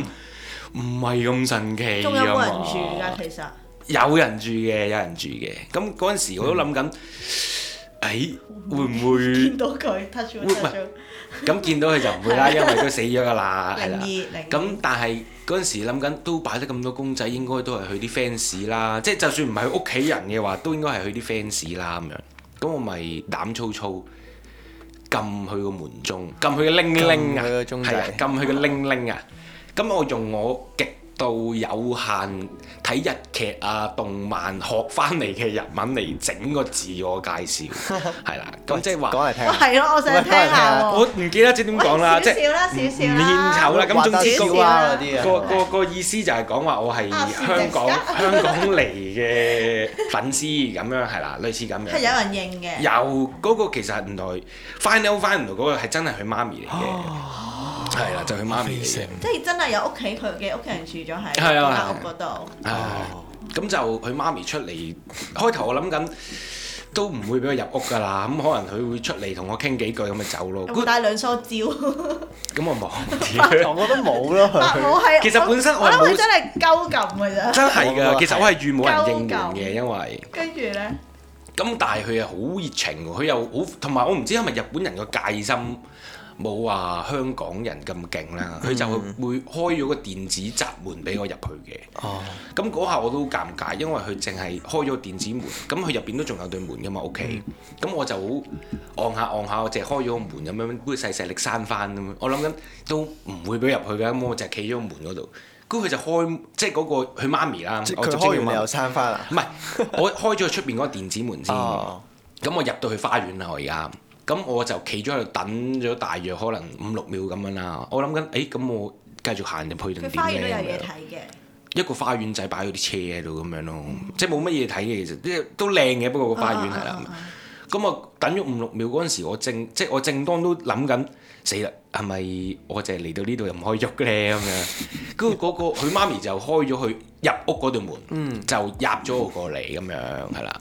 唔係咁神奇
仲有冇人
啊嘛
住㗎？其實
有人住嘅，有人住嘅。咁嗰陣時我都諗
嗯
緊，誒、哎會唔會
見到佢 touch
會唔
wood touch wood
咁見到佢就唔會啦，因為都死咗㗎啦，係啦
零二零。
咁但係嗰陣時諗緊，都擺得咁多公仔，應該都係佢啲 fans 啦。即係就算唔係佢屋企人嘅話，都應該係佢啲 fans 啦咁樣。咁我咪膽粗粗撳佢個門鐘，撳佢嘅鈴鈴啊，
撳佢個鐘仔
係啊，撳佢嘅鈴鈴啊。咁我用我極度有限睇日劇啊、動漫學翻嚟嘅日文嚟整個自我介 紹，係啦。咁即係話。
講嚟聽
哇
下。
係咯，我想聽下
我
喎。
唔記得即點講啦，
喂
即
少
係
少啦，少
唔
少
獻
啦。
醜啦。咁總之
個
個
少
啊嗰啲啊，
個個個意思就係講話我係
啊是
香 港
的
香港嚟嘅粉絲咁樣係啦，類似咁
係啊
樣。
有人認嘅。
有嗰個其實原來 final final 嗰個係真係佢媽咪嚟嘅，
哦
係啦，就佢媽咪嚟嘅。
即係真係有屋企佢嘅屋企人住咗喺
係啊
間屋嗰度，
啊咁就佢媽咪出嚟，開頭我諗緊都唔會俾佢入屋㗎啦，咁可能佢會出嚟同我傾幾句咁咪走咯。
有冇
咁
帶兩梳 照？
咁我望啲。
我覺得冇咯，
白
佢
冇係
其實本身我
我
係
諗
冇
佢真係鳩撳㗎咋。
真係㗎，其實我係預冇人應援
鳩
嘅，
撳
因為
跟住咧，
咁但係佢又好熱情喎，佢又好同埋我唔知係咪日本人個戒心冇話香港人咁勁啦，
嗯
佢就會開咗個電子閘門俾我入去嘅。
哦，
咁嗰下我都好尷尬，因為佢淨係開咗電子門，咁佢入邊都仲有對門噶嘛屋企，
嗯
咁我就好按下按下，我淨係開咗個門咁樣，杯細細力閂翻咁樣。我諗緊都唔會俾入去㗎，咁我就企咗個門嗰度。咁佢就開，即係嗰、個佢媽咪啦，
即係
我
佢
就
開
稱
完
佢
你
媽
又生翻啦。
唔係，我開咗佢出邊嗰個電子門先。
哦，
咁我入到去花園啦，我而家，咁我就企咗喺度等咗大約可能五六秒咁樣啦。我諗緊，誒、咁我繼續行入去定
佢
點
花園都有嘢
咧？
睇嘅，
一個花園仔擺咗啲車喺度咁樣咯，即係冇乜嘢睇嘅其實，即係都靚嘅，不過個花園係啦。咁啊，等咗五六秒嗰陣時，我正即係我正當都諗緊，死啦，係咪我淨係嚟到呢度又唔可以喐咧咁樣？跟住嗰個佢媽咪就開咗佢入屋嗰道門，就入咗我過嚟咁樣係啦。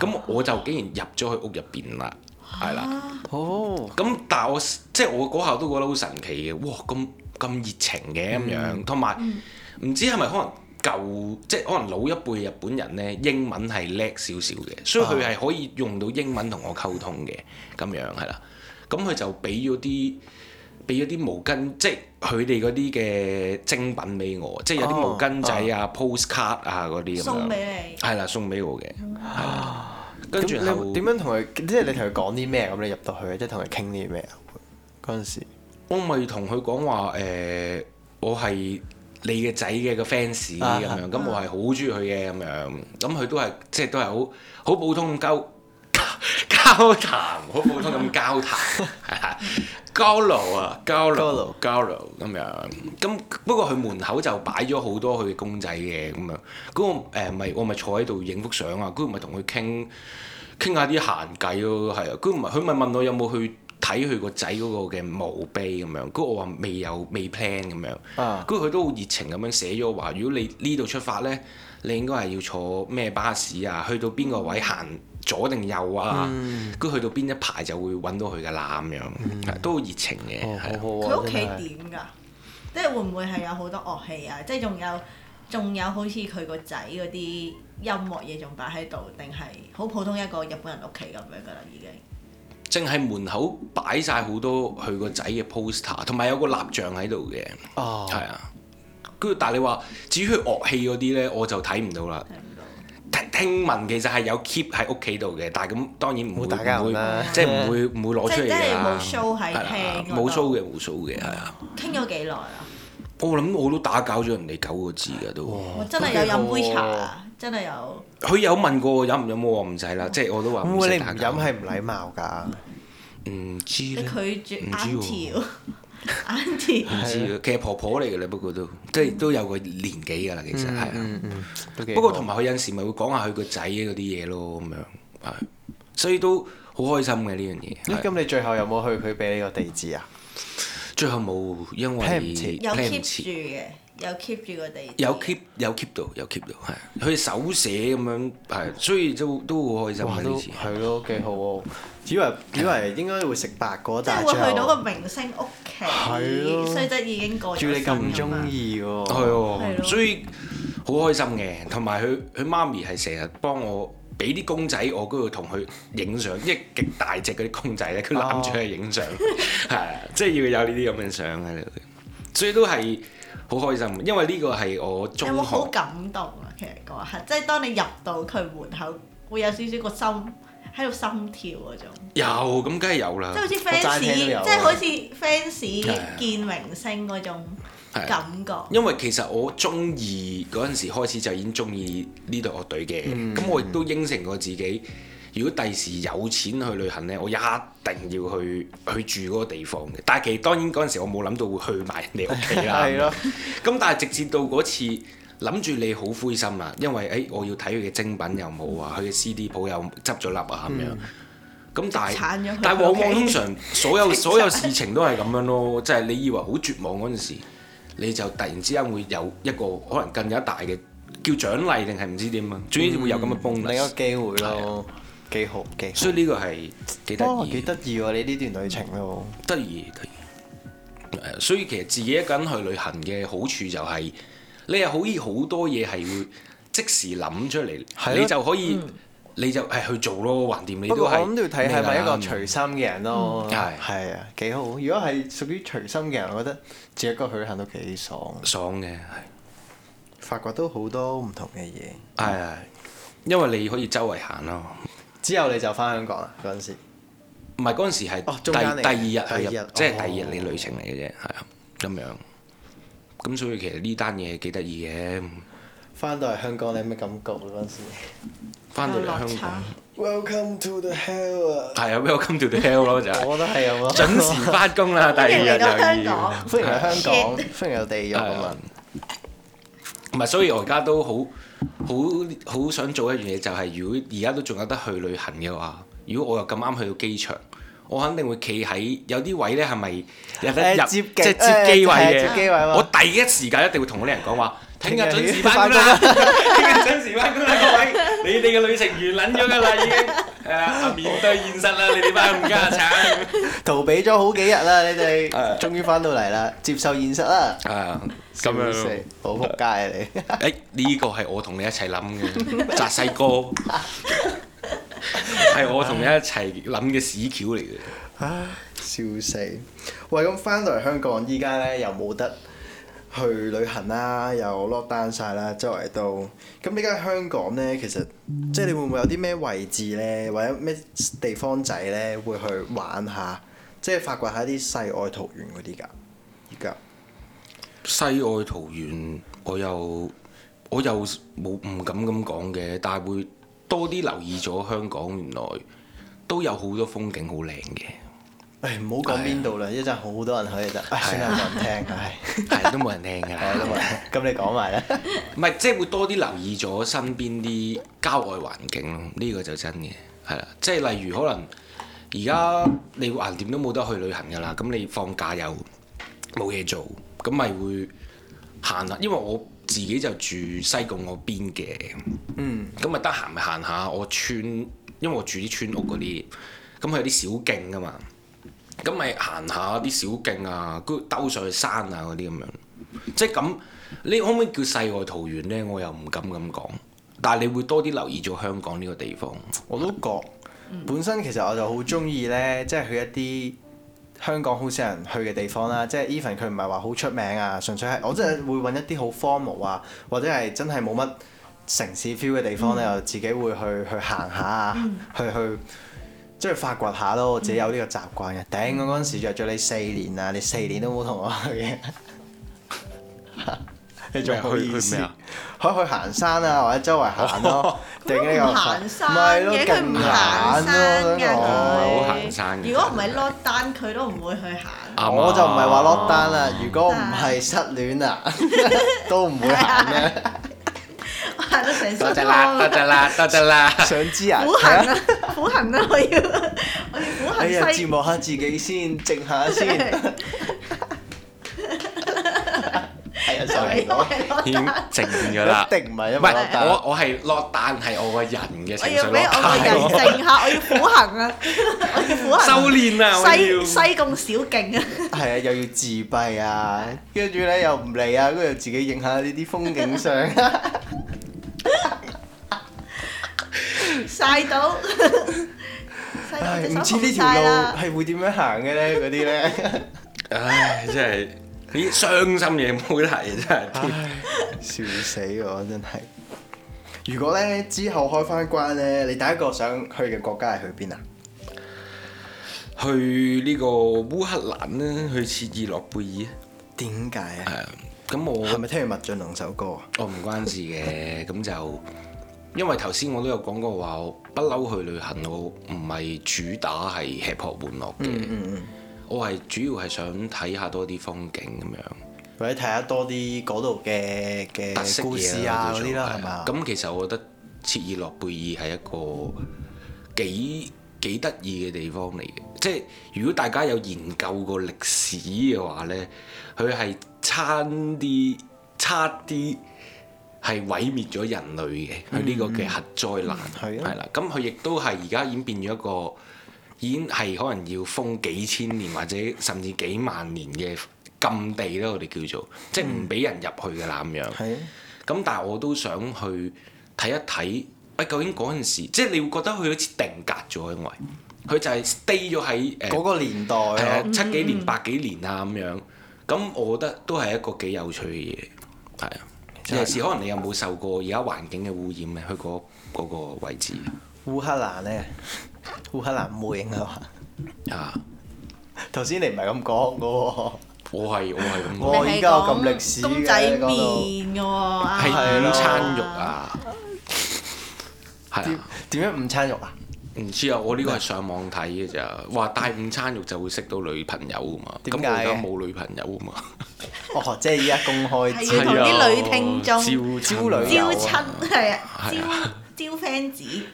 咁我就竟然入咗去屋入邊啦，係啦。
哦，
咁但係我即係我嗰下都覺得好神奇嘅，哇！咁咁熱情嘅咁樣，同埋唔知係咪可能舊即係可能老一輩日本人咧英文係叻少少嘅，所以佢係可以用到英文同我溝通嘅咁樣係啦。咁佢就俾咗啲俾咗啲毛巾，即係佢哋嗰啲嘅精品俾我，即係有啲毛
哦
巾仔啊、postcard 啊嗰啲咁
送
樣，
俾
係啦，送俾我嘅，係啦。跟住
咁
後
你點樣同佢？即係你同佢講啲咩？咁你入到去，即係同佢傾啲咩啊？嗰陣時，
我咪同佢講話誒，我係你嘅仔嘅個 fans 咁
啊
樣，咁我係好中意佢嘅咁樣，咁佢都係即係都係好好普通咁交 交談，好普通咁交談， 係啊交流啊，交
交
流
流
交流咁樣，咁不過佢門口就擺咗好多佢嘅公仔嘅咁樣，咁我誒咪我咪坐喺度影幅相啊，跟住咪同佢傾。傾下啲閒偈咯，係啊，佢唔係佢咪問我有冇去睇佢個仔嗰個嘅墓碑咁樣，跟住我話未有未 plan 咁樣
啊，
跟住佢都好熱情咁樣寫咗話，如果你呢度出發呢，你應該係要坐咩巴士啊，去到邊個位行左定右啊，
嗯
跟住去到邊一排就會揾到佢㗎啦咁樣，係都好熱情嘅，
哦，好
係啊
你。佢
好
屋
喎，
企
真係。
點㗎？即係會唔會係有好多樂器啊？即係仲有仲有好似佢個仔嗰啲音樂嘢仲擺喺度，定係好普通一個日本人屋企咁樣㗎啦已經。
淨係門口擺晒好多佢個仔嘅 poster，同埋有個立像喺度嘅。
哦，
係啊。跟住，但係你話至於佢樂器嗰啲咧，我就睇唔到啦。
嗯
聽唔到。
聽聽聞其實係有 keep 喺屋企度嘅，但係咁當然唔會
冇大家
唔會
人啦
即係唔會唔會攞出嚟
即係
㗎啦。
冇 show 喺
係啦
廳嗰度
冇 show 嘅冇 show 嘅係啊！
傾咗幾耐啊？
我諗我都打攪咗人哋九個字㗎都。
我真係有飲杯茶啊！真係有。
佢有問過我飲唔飲，我話唔使啦，即係我都話
會
唔
唔
使
會你唔
打攪。
飲係唔禮貌㗎？
唔知
你
咧
拒絕
唔知
a u
喎
n t a u n t
唔
啊
知嘅，其實婆婆嚟嘅啦，不過都即係都有個年紀㗎啦，其實係啊。
嗯嗯，都幾好。
不過同埋佢有陣時咪會講下佢個仔嗰啲嘢咯，咁樣係，所以都好開心嘅呢樣嘢。
咦，
係
咁你最後有冇去佢俾你個地址啊？
最後冇因為
plan 唔切
有
plan 唔
keep
切
住嘅，有 keep 住個地址。
有 keep 有 keep 到有 keep 到係，佢手寫咁樣係，所以都都好開心
哇，
嘅
都
呢次。
係啊咯，幾好喎！以為以為應該會食白果，
即係
但係
會
最後
去到個明星屋企，
係咯
雖則已經過咗
主要你咁
啊身㗎嘛
中意喎，
係
係
喎，
咯
所以好開心嘅，同埋佢佢媽咪係成日幫我。俾啲公仔我嗰度同佢影相，因為極大隻嗰啲公仔咧，佢攬住佢影 相，係啊即係要有呢啲咁嘅相喺度，所以都係好開心，因為呢個係我中
有冇好
學
感動啊？其實嗰一刻，即係當你入到佢門口，會有少少個心喺度心跳嗰種，
有咁，梗係有啦
即係，好似
齋
fans，
聽都有啊
即係好似
係啊
fans 見明星嗰種
係啊
感覺。
因為其實我中意嗰陣時開始就已經中意呢隊樂隊嘅，咁、我亦都應承過自己，如果第時有錢去旅行呢，我一定要去去住嗰個地方嘅。但係其實當然嗰陣時我冇諗到會去埋人哋屋企 啦。
係咯，
咁但係啊直至到嗰次諗住你好灰心啦，因為誒、哎我要睇佢嘅精品又冇啊，佢嘅 CD 鋪又執咗笠啊咁樣。咁但
嗯鏟咗
係
佢，
但係往往
OK
通常所 有所有事情都係咁樣咯，即係你以為好絕望嗰陣時，你就突然之間會有一個可能更加大嘅叫獎勵定係唔知點啊，總之會有咁嘅
嗯另一個
bonus。
機會咯，幾好幾
啊所以呢個係幾得
好。哦，
意
幾得意喎！你呢段旅程咯，
得意得意。誒所以其實自己一個人去旅行嘅好處就係、你係可以好多嘢係會即時諗出
係
嚟，
咯嗯
你就可以、你就係去做咯，橫掂你
不過
都
我
係。
諗都要睇係咪一個隨
係啊
心嘅人咯，
嗯係
係啊，幾好。如果係屬於隨心嘅人，我覺得自己一個去旅行都幾爽，
爽嘅，係
發掘到好多唔同嘅嘢。
係係，因為你可以周圍行咯。
之後你就翻香港啦嗰陣時，
唔係嗰陣時係
哦
第
中間嚟嘅
第二日去
第二
入
日，
即係
哦
第二日你旅程嚟嘅啫，係啊，咁樣。咁所以其實呢單嘢幾得意嘅，嗯
翻到嚟香港你有咩感覺咧嗰陣時
翻到嚟
有落
香
差
港
？Welcome to the hell 啊！
係啊，Welcome to the hell 咯就係。
我覺得係咁咯，
準時翻工啦，第二
歡迎
日
嚟
就
到香
要。啊
港，
歡迎嚟香港，歡迎有地獄咁啊！
唔係，所以我而家都好好好想做一樣嘢，就係、如果而家都仲有得去旅行嘅話，如果我又咁啱去到機場，我肯定會企喺有啲位咧係咪有得
誒
入
接
即
機
係接機位
誒
嘅？
接機位喎
我第一時間一定會同嗰啲人講話。聽日
聽日
準時
要
翻工啦！ 聽日準時翻工啦，各位，你哋嘅旅程完撚咗㗎啦，已經係啊，面對現實啦，你哋班冚家產。
逃避咗好幾日啦，你哋
係
終於翻到嚟啦，接受現實啦。
啊，咁
笑死
樣。
好仆街啊你！
誒呢個係我同你一齊諗嘅，澤西哥係我同你一齊諗嘅屎橋嚟嘅。
笑死！喂，咁翻到嚟香港，依家咧又冇得去旅行啦，又 lock down 晒啦，周圍都。咁依家香港咧，其實即係你會唔會有啲咩位置咧，或者咩地方仔咧，會去玩下，即係發掘下啲世外桃源嗰啲㗎？依家
西外桃源，我又我又冇唔敢咁講嘅，但係會多啲留意咗香港原來都有好多風景好靚嘅，
誒唔好講邊度啦，一陣好多人去就，唉，算啦，冇人聽，唉，
係都冇人聽㗎
啊 係都冇
啦。
人聽。咁你講埋啦。
唔係即係會多啲留意咗身邊啲郊外環境咯，呢、個就真嘅，係啦。即係例如可能而家你橫掂都冇得去旅行㗎啦，咁你放假又冇嘢做，咁咪會行啦。因為我自己就住西貢嗰邊嘅，
嗯，
咁咪得閒咪行下我村，因為我住啲村屋嗰啲，咁佢有啲小徑㗎嘛，咁咪行下啲小徑啊，跟住兜上去山啊嗰啲咁樣，即係咁。你可唔可以叫世外桃源呢？我又唔敢咁講，但係你會多啲留意咗香港呢個地方。
我都覺本身其實我就好中意咧，即係去一啲香港好少人去嘅地方啦。即係 even 佢唔係話好出名啊，純粹係我真係會揾一啲好荒蕪啊，或者係真係冇乜城市 feel 嘅地方咧，我自己會去去行下啊，去去。即係發掘下咯，我自己有呢個習慣嘅。頂我嗰陣時約咗你四年啊，你四年都冇同我去嘅， 你仲好意思
咩去去咩啊？
可以去行山啊，或者周圍行 咯。頂呢個
唔行山
唔係咯，
嘅，佢唔
勁
行山
咯
嘅
想講
唔係
佢。
好行山嘅
如果唔係 lock down，佢都唔會去行。
啱啊
我就唔係話落單啦，如果唔係失戀啊， 都唔會行咧。
我行到成身
多謝啦，多謝啦，多謝啦。
想知啊？
苦行 啊，苦行啊，我要我要苦
哎呀，
行
折
西。
磨下自己先，靜 下先。哎呀，受唔
因
到，
為 lock
已經
down
靜咗啦。
一定唔係
唔
因為
係
落單。
我我係落單係我個人嘅
我
情緒
要俾
落
我個
單。
人靜下，我要苦行啊，我要苦行。
修練啊！我要
西西貢小徑啊，
係啊，又要自閉啊，跟住咧又唔嚟啊，跟住自己影下呢啲風景 相。
曬到。西貢
唉
隻
唔知
手
呢
紅
條
晒
路
啦，
係會點樣行嘅咧？嗰啲咧，
唉，真係啲傷心嘢冇得提，真係。
笑死我真係。如果咧之後開翻關咧，你第一個想去嘅國家係去邊啊？
去呢個烏克蘭啦，去切爾諾貝
點解啊？
爾。誒，咁我
係咪聽完麥浚龍首歌啊？
我唔關事嘅，咁就因為頭先我都有講過話，我不嬲去旅行，我唔係主打係吃喝玩樂
Ừ.
嘅，
嗯嗯，
我係主要係想睇下多啲風景咁樣，
或者睇下多啲嗰度嘅
特色
嘅故事
嘢
啊
叫
嗰
做
啲啦，
係
係嘛？
咁其實我覺得切爾諾貝爾係一個幾幾得意嘅地方嚟嘅，即係如果大家有研究過歷史嘅話呢，佢係差啲差啲。係毀滅咗人類嘅，佢呢個嘅核災難
嗯係啊
係啦，咁佢亦都係而家已經變咗一個，已經係可能要封幾千年或者甚至幾萬年嘅禁地啦，我哋叫做，即係唔俾人入去嘅啦咁樣。
係啊，
咁但係我都想去睇一睇，啊究竟嗰陣時，即係你會覺得佢好似定格咗，因為佢就係 stay 咗喺誒
嗰個嗯年代
係啊
咯，
七幾年、八幾年啊咁樣。咁我覺得都係一個幾有趣嘅嘢，係啊。尤其是可能你有冇受過而家環境嘅污染咧？去嗰嗰個位置
烏克蘭咧，烏克蘭妹係嘛？
啊，
頭先你唔係咁講嘅喎，
我係我係咁
我
講，
而家有咁歷史嘅
公仔
講到
麵嘅喎，啊啱
係
咯
午餐肉啊，係
點
啊。
點樣午餐肉啊？
唔知啊，我呢個係上網睇嘅咋，話帶午餐肉就會識到女朋友噶嘛，咁我
點解嘅
而家冇女朋友啊嘛，
哦，即係依家公開
係
招
啊
要同啲女聽眾
眾
招
招
女
女
友
招
啊
親係啊，
係
招招 fans，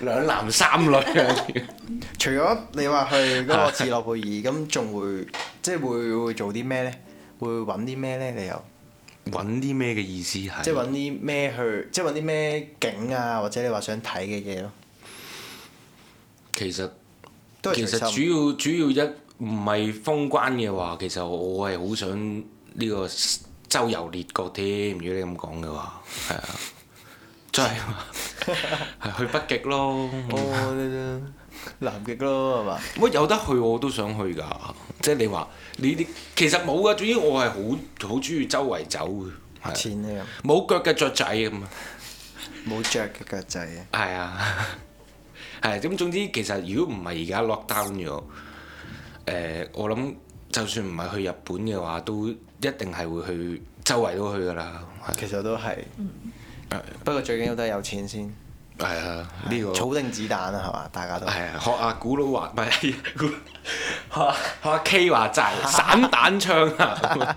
兩男三女啊！
除咗你話去嗰個切諾貝爾，咁仲會即係會會做啲咩咧？會揾啲咩咧？你又
揾啲咩嘅意思係？
即係揾啲咩去？即係揾啲咩景啊？或者你話想睇嘅嘢咯？
其實
都係
其實
隨心。
主要主要一唔係封關嘅話，其實我係好想呢個周遊列國添。如果你咁講嘅話，係啊，真係 啊係去北極咯。
哦，呢啲南極咯，係嘛？
我有得去我都想去㗎，即係你話你啲其實冇㗎。主要我係好好中意周圍走嘅，係啊
錢咧
冇腳嘅雀仔咁啊，
冇着嘅腳仔嘅。
係啊， 係咁總之其實如果唔係而家 lock down 咗，誒、我諗就算唔係去日本嘅話，都一定係會去周圍都去㗎啦，係嗯
其實都係，不過最緊要都係有錢先，
係啊，呢、個
儲定子彈啊，係嘛？大家都
係啊，學阿古佬話唔係古 學阿學阿 K 話齋散彈槍啊，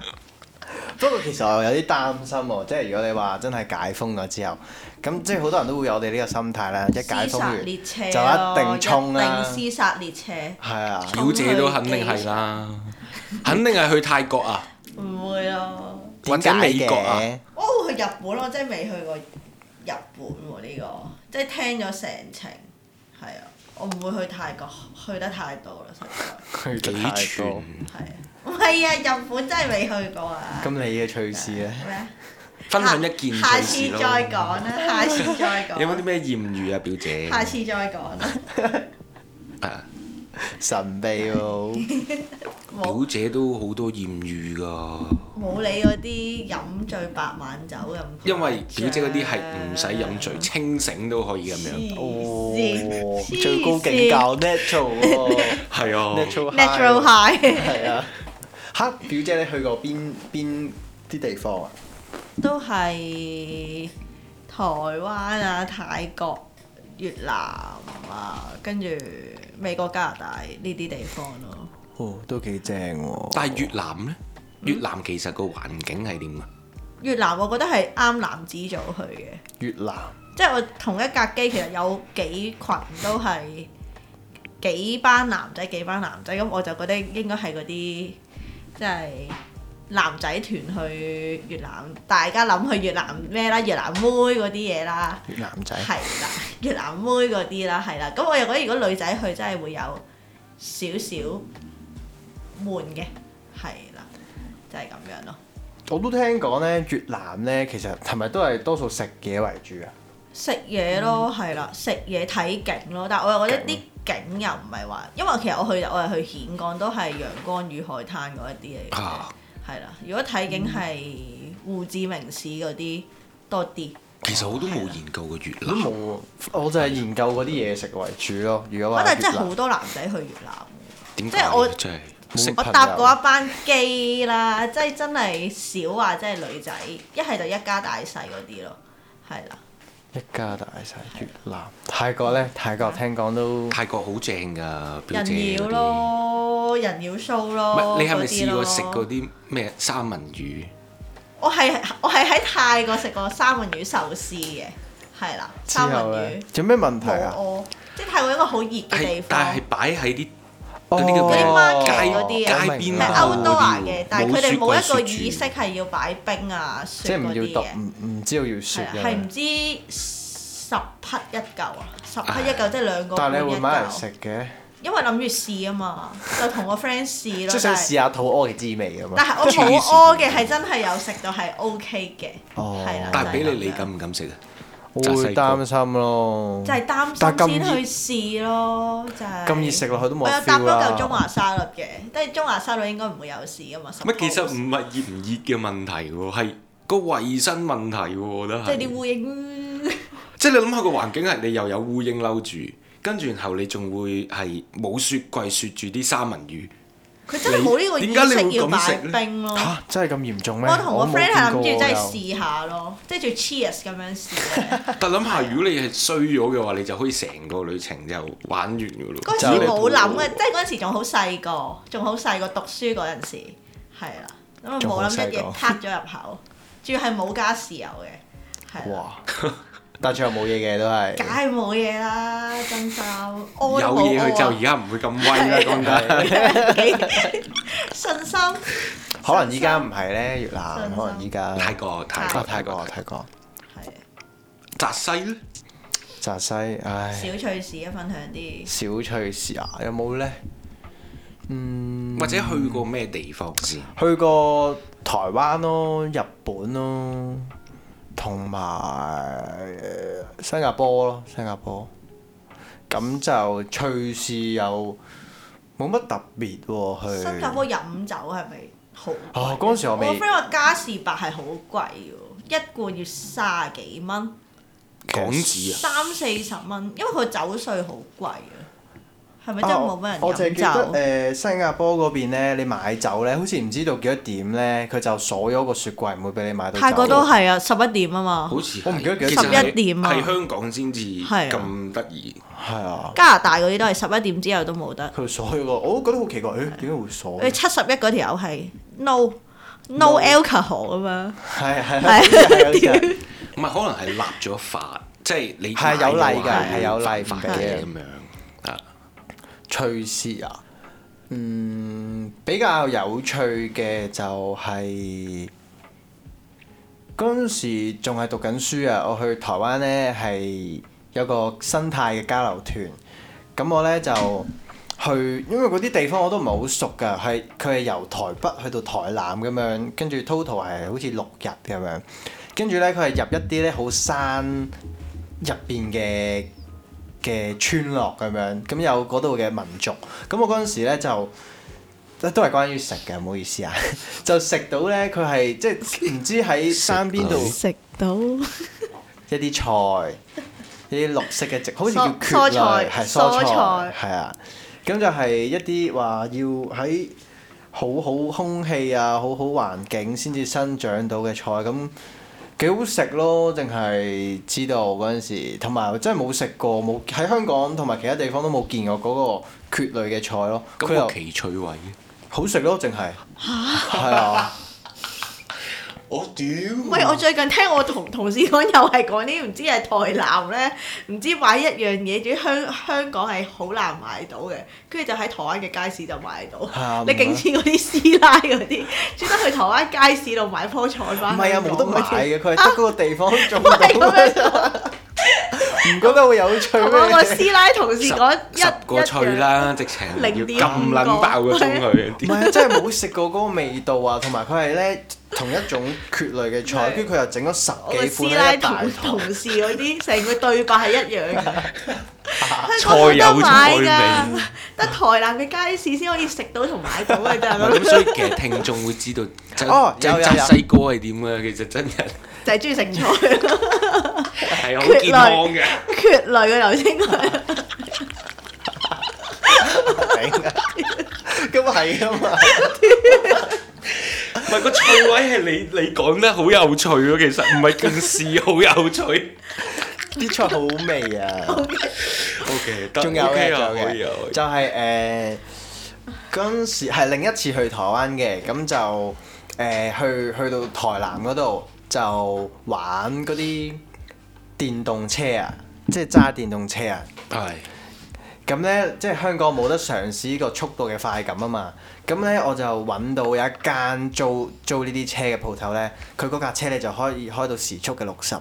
不過其實我有啲擔心喎，即係如果你話真係解封咗之後，咁即係好多人都會有我哋呢個心態啦，一解
廝
封
殺
完就
列車咯
一定衝啦，
一定廝殺列車，
係啊，
表姐都肯定係啦，肯定係去泰國啊，
唔會咯。
或者美國啊。
點
我會去日本，我真係未去過日本喎、呢、個，即係聽咗成程，係啊，我唔會去泰國，去得太多啦，實在
解嘅？
幾
去得太多
全
係啊，唔係啊，日本真係未去過啊，
咁你嘅趣事咧？
咩啊？
分享一件趣事咯
下次再講啦，下次再
有冇啲
講，
咩豔遇啊，表姐？
下次再講啦，
啊
神秘喎，
表
冇
姐都好多豔遇㗎，
冇你嗰啲飲醉白晚酒咁誇張，
因為表姐嗰啲係唔使飲醉，清醒都可以咁樣。
哦
黐，線
最高境界 natural 喎
係啊，
，natural
natural
high 喎
high
係啊，嚇表姐你去過邊邊啲地方啊？
都係台灣啊、泰國、越南啊，跟住美國、加拿大呢啲地方咯。
哦，都幾正喎！
但係越南呢？越南其實個環境係點啊？
越南我覺得係啱男子組去嘅，
越南
即係我同一架機其實有幾群都係幾班男仔幾班男仔，咁我就覺得應該係嗰啲即係男仔團去越南，大家諗去越南咩啦，越南妹嗰啲嘢啦。
越南仔
係啦，越南妹嗰啲啦，係啦。咁我又覺得如果女仔去真係會有少少悶嘅，係啦，就係、咁樣咯。
我都聽講咧，越南咧其實係咪都係多數食嘢為主啊？
食嘢
嗯
咯，係啦，食嘢睇景咯。但係我又覺得啲景又唔係話，因為其實我去我係去顯江都係陽光與海灘嗰一啲嚟嘅，
啊嗯
係啦。如果睇景係胡志明市嗰啲多啲，
其實我都冇研究過越
都
南
冇，喎，我就係研究嗰啲嘢食為主咯。如果
我
話
但係
越
真係
南
好多男仔去越南。
點
即
解
係我
呢真係
食
我
朋友
搭過一班機啦，即係真係少話，即係女仔，一係就一家大細嗰啲咯，係啦。
一家大細越南泰國咧，泰國聽講都
泰國好正㗎，表
人
姐嗰
妖
啲。
咯，人妖 show
唔
咯，
係你係咪
嗰啲
試
咯
過食嗰啲咩三文魚？
我係我係喺泰國食過三文魚壽司嘅，係啦，
之
三
後
文
咧
魚
有咩問題
冇
啊？
屙，即係泰國一個好熱嘅地
係
方
但係。擺喺啲
哦
嗰啲叫咩
嗰啲 market 嗰
街
啲啊
街邊
係
鋪
歐多華
嗰啲
嘅
喎，
但係佢哋冇一個
雪櫃雪住
意識係要擺冰啊、
即
雪嗰
係唔
啲
要
嘅
揼，。唔唔知道要雪
係啊係唔
嘅。
知十匹一嚿啊，十匹一嚿即係兩個
但
半
係
一
你會買嚟食
嚿，
嘅，
因為諗住試啊嘛，就同個 friend 試
即
咯。
係想
但
試啊
係
下肚屙嘅滋味咁啊嘛
但。係我冇屙嘅，係真係有食到係 OK 嘅，
哦
係啦。
但係俾
就係
你你
咁樣
敢唔敢食啊？
我
就係
會
細個
擔心咯。
就係
但係
擔
咁
心先
熱
去試咯，就係
咁熱食落去都冇
我
feel 啊
有搭多
啦
嚿中華沙律嘅，但係中華沙律應該唔會有事噶嘛。
乜其實
suppose
唔係熱唔熱嘅問題喎，係個衞生問題喎，我覺得
即係啲
係。
烏蠅，
即係你諗下個環境係你又有烏蠅嬲住，跟住然後你仲會係冇雪櫃雪住啲三文魚，
佢真係冇呢個
你
意
點解你
識
會
要
咁
擺
食呢
冰咯。
嚇，真係咁嚴重咩？
我同我
冇
friend 係諗
見
住
過啊
真係
又
試下咯，即係做 cheers 咁樣試嘅。
但諗下，如果你係衰咗嘅話，你就可以成個旅程就玩完噶咯。
嗰陣時冇諗嘅，即係嗰陣時仲好細個，仲好細個讀書嗰陣時，係啦，咁啊
仲好
冇諗
細
一
個
嘢撻咗入口，仲要係冇加豉油嘅，係啦，
哇！但最後冇嘢嘅都
梗
係。
係冇嘢啦，真心啊
有
有
嘢佢就而家唔會咁威啦，講緊。
信心，
可能依家唔係咧，越南
信
可能依家
泰國，泰
啊
國，
泰國泰國
係
扎西咧，
澤西，唉，
小趣事啊，分享啲
小趣事啊，有冇咧？嗯，
或者去過咩地方先？
去過台灣咯、日本咯，同埋呃新加坡咯，新加坡。咁就趣事又冇乜特別喎、去
新加坡飲酒係咪好貴？
哦嗰陣時我未
我 friend 話加士伯係好貴喎，一罐要卅幾蚊。
港紙啊，
三四十蚊，因為佢酒税好貴啊，係咪真係冇乜人
啊我我淨係
飲
記得誒、
酒？
呃新加坡嗰邊咧，你買酒咧，好似唔知道幾多點咧，佢就鎖咗個雪櫃，唔會俾你買到酒。
泰國都係啊，十一點啊嘛，
好似係
我唔記得幾多
其實係
11點啊
係香港先至
係啊
咁得意。
係啊，
加拿大嗰啲都係十一點之後都冇得。
佢鎖咗個，我都覺得好奇怪，誒點解會鎖？
佢
係
七十一嗰條友係 no no alcohol 啊咁樣，
係
係
係係啊有啲人
唔係可能係立咗法，即係你
係有例㗎
買嘅話
係有例
犯法
唔俾
嘅
嘅
咁樣啊。
趣事啊，嗯，比較有趣嘅就係、嗰陣時仲係讀緊書啊！我去台灣呢係有個生態嘅交流團，咁我呢就去，因為嗰啲地方我都唔係好熟㗎，係佢係由台北去到台南咁樣，跟住 total 係好似六日咁樣，跟住呢，佢係入一啲呢好山入邊嘅嘅村落咁樣，咁有嗰度嘅民族，咁我嗰陣時呢就。都係關於食嘅，唔好意思啊，就食到呢，佢係即係唔知喺山邊度
食啊到
一啲菜，一啲綠色嘅植，好似叫
蔬蔬
蕨類，
菜
係蔬
蔬
菜
菜，
係啊。咁就係一啲話要喺好好空氣啊、好好環境先至生長到嘅菜，咁幾好食咯。淨係知道嗰陣時，同埋真係冇食過，冇喺香港同埋其他地方都冇見過嗰個蕨類嘅菜咯。
咁
佢又
個奇趣位，
好食咯，淨係 係啊，
我屌！
喂，我最近聽我同同事講，又係講啲唔知係台南咧，唔知買一樣嘢，仲要香香港係好難買到嘅，跟住就喺台灣嘅街市就買到。
啊
你勁似嗰啲師奶嗰啲，專登去台灣街市度買棵菜
唔
翻。
係啊，冇得買
嘅。
嘅，佢係得嗰個地方種到
我 係咁樣同
唔覺得會有趣咩？
我個師奶同事
十
講一
十個趣，啦，直情要
零
撳
點
撚
五
爆個鐘佢
唔。係啊，真係冇食過嗰個味道啊，同埋佢係咧同一種蕨類嘅菜，
係
跟住佢又整咗十
一樣我個
幾款
師
喺
奶
一大
同同，
桶
事嗰啲成個對白係一樣嘅。
菜
啊
香港冇
有
得
菜
買
味，
㗎，得台南嘅街市先可以食到同買到㗎 咋。
唔係 咁，所以其實聽眾會知道真
哦有
真
有
真
有
西哥係點嘅，其實真人
就係中意食菜，
係好
缺
健康嘅。
缺類嘅頭先佢。
咁係啊嘛，
唔係個趣位係你你講得好有趣咯，其實唔係件事好有趣。
啲菜好味啊！
O K，得
仲有
OK
嘅，
啊
仲有
可以啊可
嘅，
以
就係誒嗰陣時係另一次去台灣嘅，咁就誒去去到台南嗰度就玩嗰啲電動車啊，即係揸電動車啊。
係
咁咧，即係香港冇得嘗試呢個速度嘅快感啊嘛。咁咧，我就揾到有一間租租呢啲車嘅鋪頭咧，佢嗰架車咧就可以開到時速嘅六十。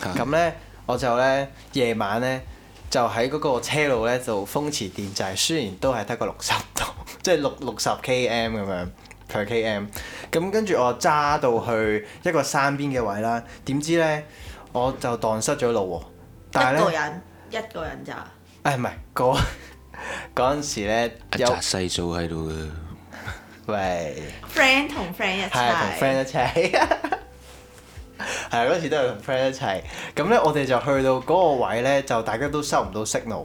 咁咧，我就咧夜晚咧就喺嗰個車路咧度風馳電掣，雖然都係得個六十度， 即係六六十 km 咁樣 per km。咁跟住我揸到去一個山邊嘅位啦，點知咧我就蕩失咗路喎。但
一
係
個
咧，
人一個人咋？
哎誒唔係嗰 嗰陣時咧有
扎細數喺度嘅。
喂。
friend 同 friend 一
係啊同
齊，
friend 一齊， 係啊嗰時都係同 friend 一齊。咁咧，我哋就去到嗰個位咧，就大家都收唔到 signal。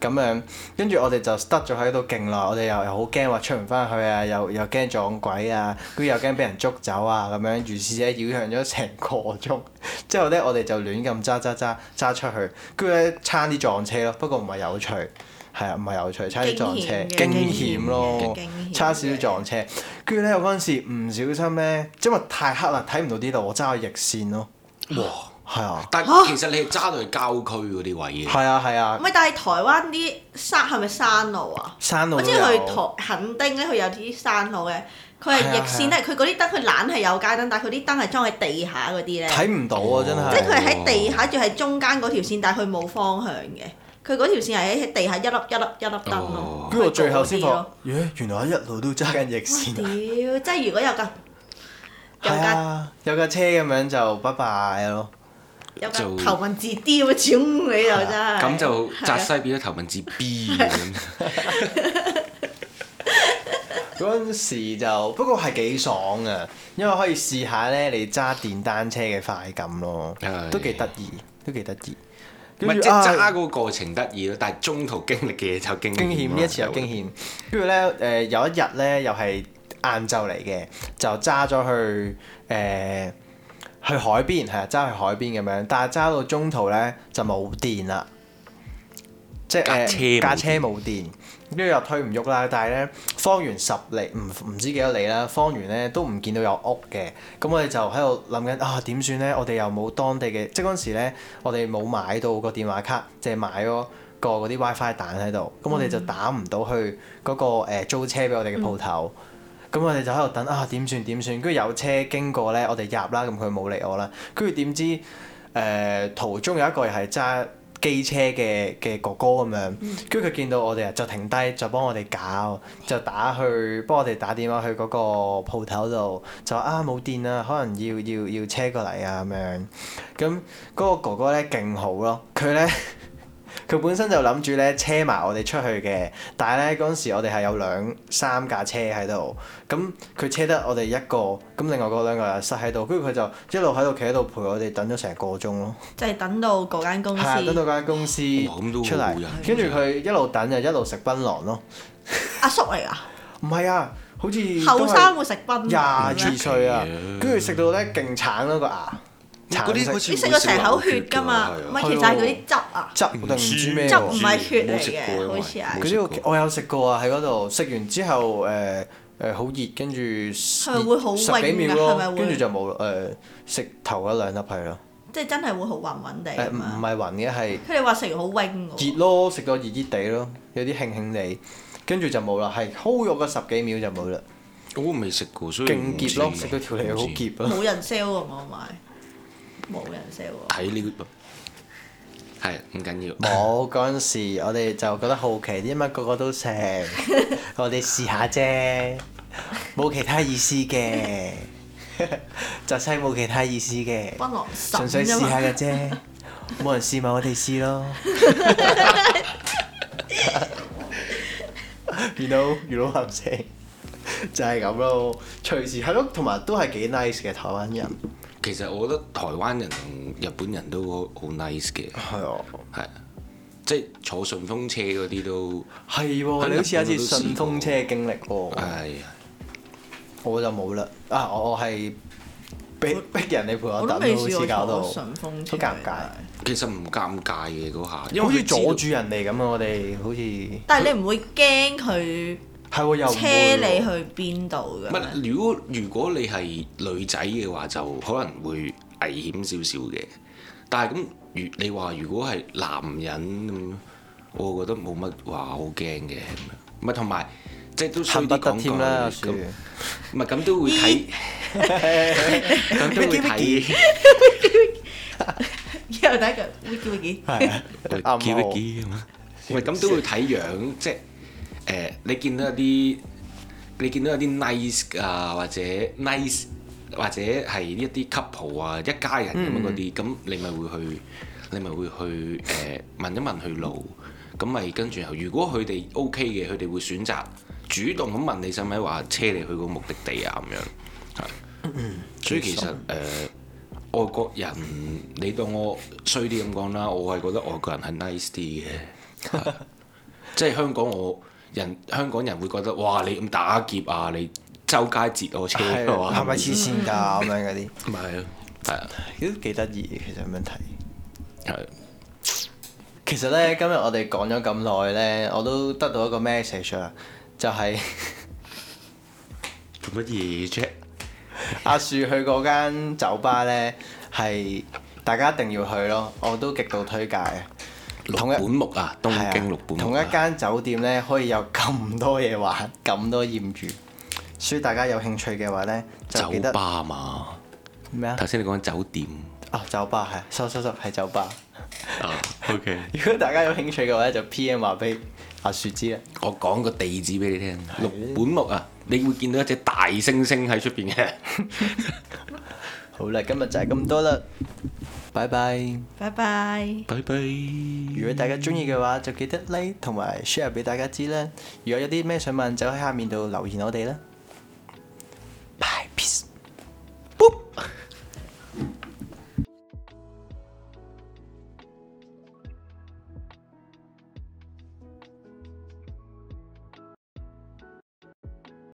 咁樣跟住我哋就得咗喺度勁耐，我哋又又好驚話出唔翻去啊，又又驚撞鬼啊，跟住又驚俾人捉走啊咁樣，如是者擾攘咗成個鐘。之後咧，我哋就亂咁揸揸揸揸出去，跟住咧差啲撞車咯，不過唔係有趣，係啊，唔係有趣，差啲撞車，
驚險嘅
驚險咯
驚險，
差少少撞車。跟住咧，我嗰陣時唔小心咧，因為太黑啦，睇唔到呢度，我揸去逆線咯，
哇！
係啊，
但其實你係揸到去郊區嗰啲位嘅，
係啊，係啊
唔，係，但係台灣啲山係咪山路啊？
山路
我知
都
佢
有。
台墾丁咧，佢有啲山路嘅，佢
係啊
係逆
係啊
線咧，佢嗰啲燈佢懶係有街燈，但係佢啲燈係裝喺地下嗰啲咧，
睇唔到啊！真
即係
係，
佢係喺地下，仲係中間嗰條線，但係佢冇方向嘅。佢嗰條線係喺地下一粒一粒一粒燈
哦
咯。
跟住我最後先
佢
發
嗰啲咯，
咦，原來我一路都揸緊逆
哇
線啊
屌！即係如果有架 有
係
架
啊，有架車咁樣就拜拜咯。
有架
就
頭文字 D 咁樣轉你就真係。
咁就
係啊
扎西變咗頭文字 B 咁。
嗰陣時就不過係幾爽啊，因為可以試下咧你揸電單車嘅快感咯
係，
都幾得意，都幾得意。
唔
跟
係
住
即係揸
啊
嗰個過程得意咯，但係中途經歷嘅嘢就驚
驚險
咯
呢一次有驚險，跟住咧誒有一日咧又係晏晝嚟嘅，就揸咗去誒、呃去海邊，係啊揸去海邊咁樣，但係揸到中途咧就冇電啦，即係
架車冇
誒架車冇電，跟住又推唔喐啦。但係咧方圓十里唔唔知幾多里啦，方圓咧都唔見到有屋嘅，咁我哋就喺度諗緊啊點算咧？我哋又冇當地嘅，即係嗰陣時咧我哋冇買到個電話卡，淨係買咗。個嗰啲 WiFi 蛋喺度，咁我哋就打唔到去嗰、個、呃、租車俾我哋嘅鋪頭，咁我哋就喺度等啊點算點算，跟住有車經過咧，我哋入啦，咁佢冇理我啦，跟住點知誒、呃途中有一個係揸機車嘅嘅哥哥咁樣，跟住佢見到我哋啊就停低，就幫我哋搞，就打去幫我哋打電話去嗰個鋪頭度，就話啊冇電啦，可能要要要車過嚟啊咁樣，咁嗰個哥哥咧勁好咯，佢咧。 佢本身就諗住咧車埋我哋出去嘅，但係咧嗰陣時我哋係有兩三架車喺度，咁佢車得我哋一個，咁另外嗰兩個又塞喺度，跟住佢就一路喺度企喺度陪我哋等咗成個鐘咯，
即係等到嗰間公
係
司
啊，等到間公司
哇哦咁都
出
好
嚟
人，
跟住佢一路等就啊一路食檳榔咯，
阿叔嚟㗎，
唔係啊，好似
後
都係
生會食檳
廿
榔嘅
二
咩
歲啊
奇啊，
跟住食到咧勁橙咯個牙，
嗰啲
橙
好
色
似
你食咗成口血㗎嘛？
係啊
唔係，其實係嗰啲汁啊，
汁我定唔知咩
汁
喎
唔。係血嚟
冇食過
嘅，
因為
好
冇
似係
佢
食
呢個
過
我有食過啊，喺嗰度食完之後誒誒好熱，跟住
咪會好
十幾
燶㗎
秒
係咪
咯，
會
跟住就冇誒食頭嗰兩粒係咯，
即係真係會好暈暈地
誒
咁
唔
樣。
唔係暈嘅係
佢哋話食完好 wing 㗎
熱
喎，
咯，食到熱熱地咯，有啲興興地，跟住就冇啦，係睺咗個十幾秒就冇啦，
我未食過，所以
勁澀
我
咯，
唔知
食到條脷好
唔知
澀咯，
冇人 sell 㗎我買，冇人 sell 喎。
睇呢個係唔緊要。
冇嗰陣時我哋就覺得好奇，因為個個都 食，我哋試下啫，冇其他意思嘅， 就西冇其他意思嘅。
檳榔
純粹
筍
試
啫
下
嘛，
嘅啫，冇人試咪我哋試 咯。You know, you know what I'm saying？就係咁咯，隨時係咯，同埋都係幾 nice 嘅台灣人。
其實我覺得台灣人同日本人都好 nice 嘅，
係啊，
係即係坐順風車嗰啲都
係喎，你好似有一次順風車嘅經歷喎，
係啊
我就冇啦。啊，我我係逼逼人哋陪我
我都
等
未
咯，好
試過
似搞到
坐順風車，
好尷尬
其實唔尷尬嘅嗰下，因為
好似
佢知道
阻住人哋咁啊！我哋好似係
但係你唔會驚佢
喎，又唔
車
會
你
喎
去邊度
唔？
㗎
係，如果如果你係女仔嘅話，就可能會危險少少嘅。但係咁，如你話如果係男人咁，我覺得冇乜話好驚嘅。唔係同埋即係都衰
恨
啲
不得
講句
添啦，
咁
算。
唔係咁都會睇， 咁都會睇。
之後第一句 wiki wiki，
係啊，
叫
啱啊我
咁啊！喂，咁都會睇樣，即係誒、你見到有啲，你見到有啲 nice 啊，或者 nice，或者係一啲 couple 啊，一家人咁樣嗰啲，咁、你咪會去，你咪會去誒、問一問佢路，咁咪跟住後，如果佢哋 OK 嘅，佢哋會選擇主動咁問你使唔使話車你去個目的地啊咁樣，係。所以其實誒、外國人，你當我衰啲咁講啦，我係覺得外國人係 nice 啲嘅。即係香港我人香港人會覺得哇你咁打劫啊，你周街截我車
係
啊
係咪黐線㗎咁樣嗰啲？
咪係咯，係啊，
都幾得意嘅，其實咁樣睇。
係。啊
其實咧，今日我哋講咗咁耐咧，我都得到一個 message 啊，就係、
做乜嘢啫？
阿樹去嗰間酒吧咧，係大家一定要去咯，我都極度推介嘅。
六
同一
本木啊，
係
東
啊
京六本木啊。
同一間酒店咧，可以有咁多嘢玩，咁多豔遇，所以大家有興趣嘅話咧，就記
酒
得
吧嘛，
咩啊
頭？先你講酒店。
啊，酒吧係收收收係酒吧。
啊，OK。
如果大家有興趣嘅話咧，就 P.M 話俾阿樹知啦。
我講個地址俾你聽，六本木啊，你會見到一隻大猩猩喺出邊嘅。
好啦，今日就係咁多啦，拜拜。
拜拜。
拜拜。
如果大家中意嘅話，就記得 like 同埋 share 俾大家知啦。如果有啲咩想問，就喺下面度留言我哋啦。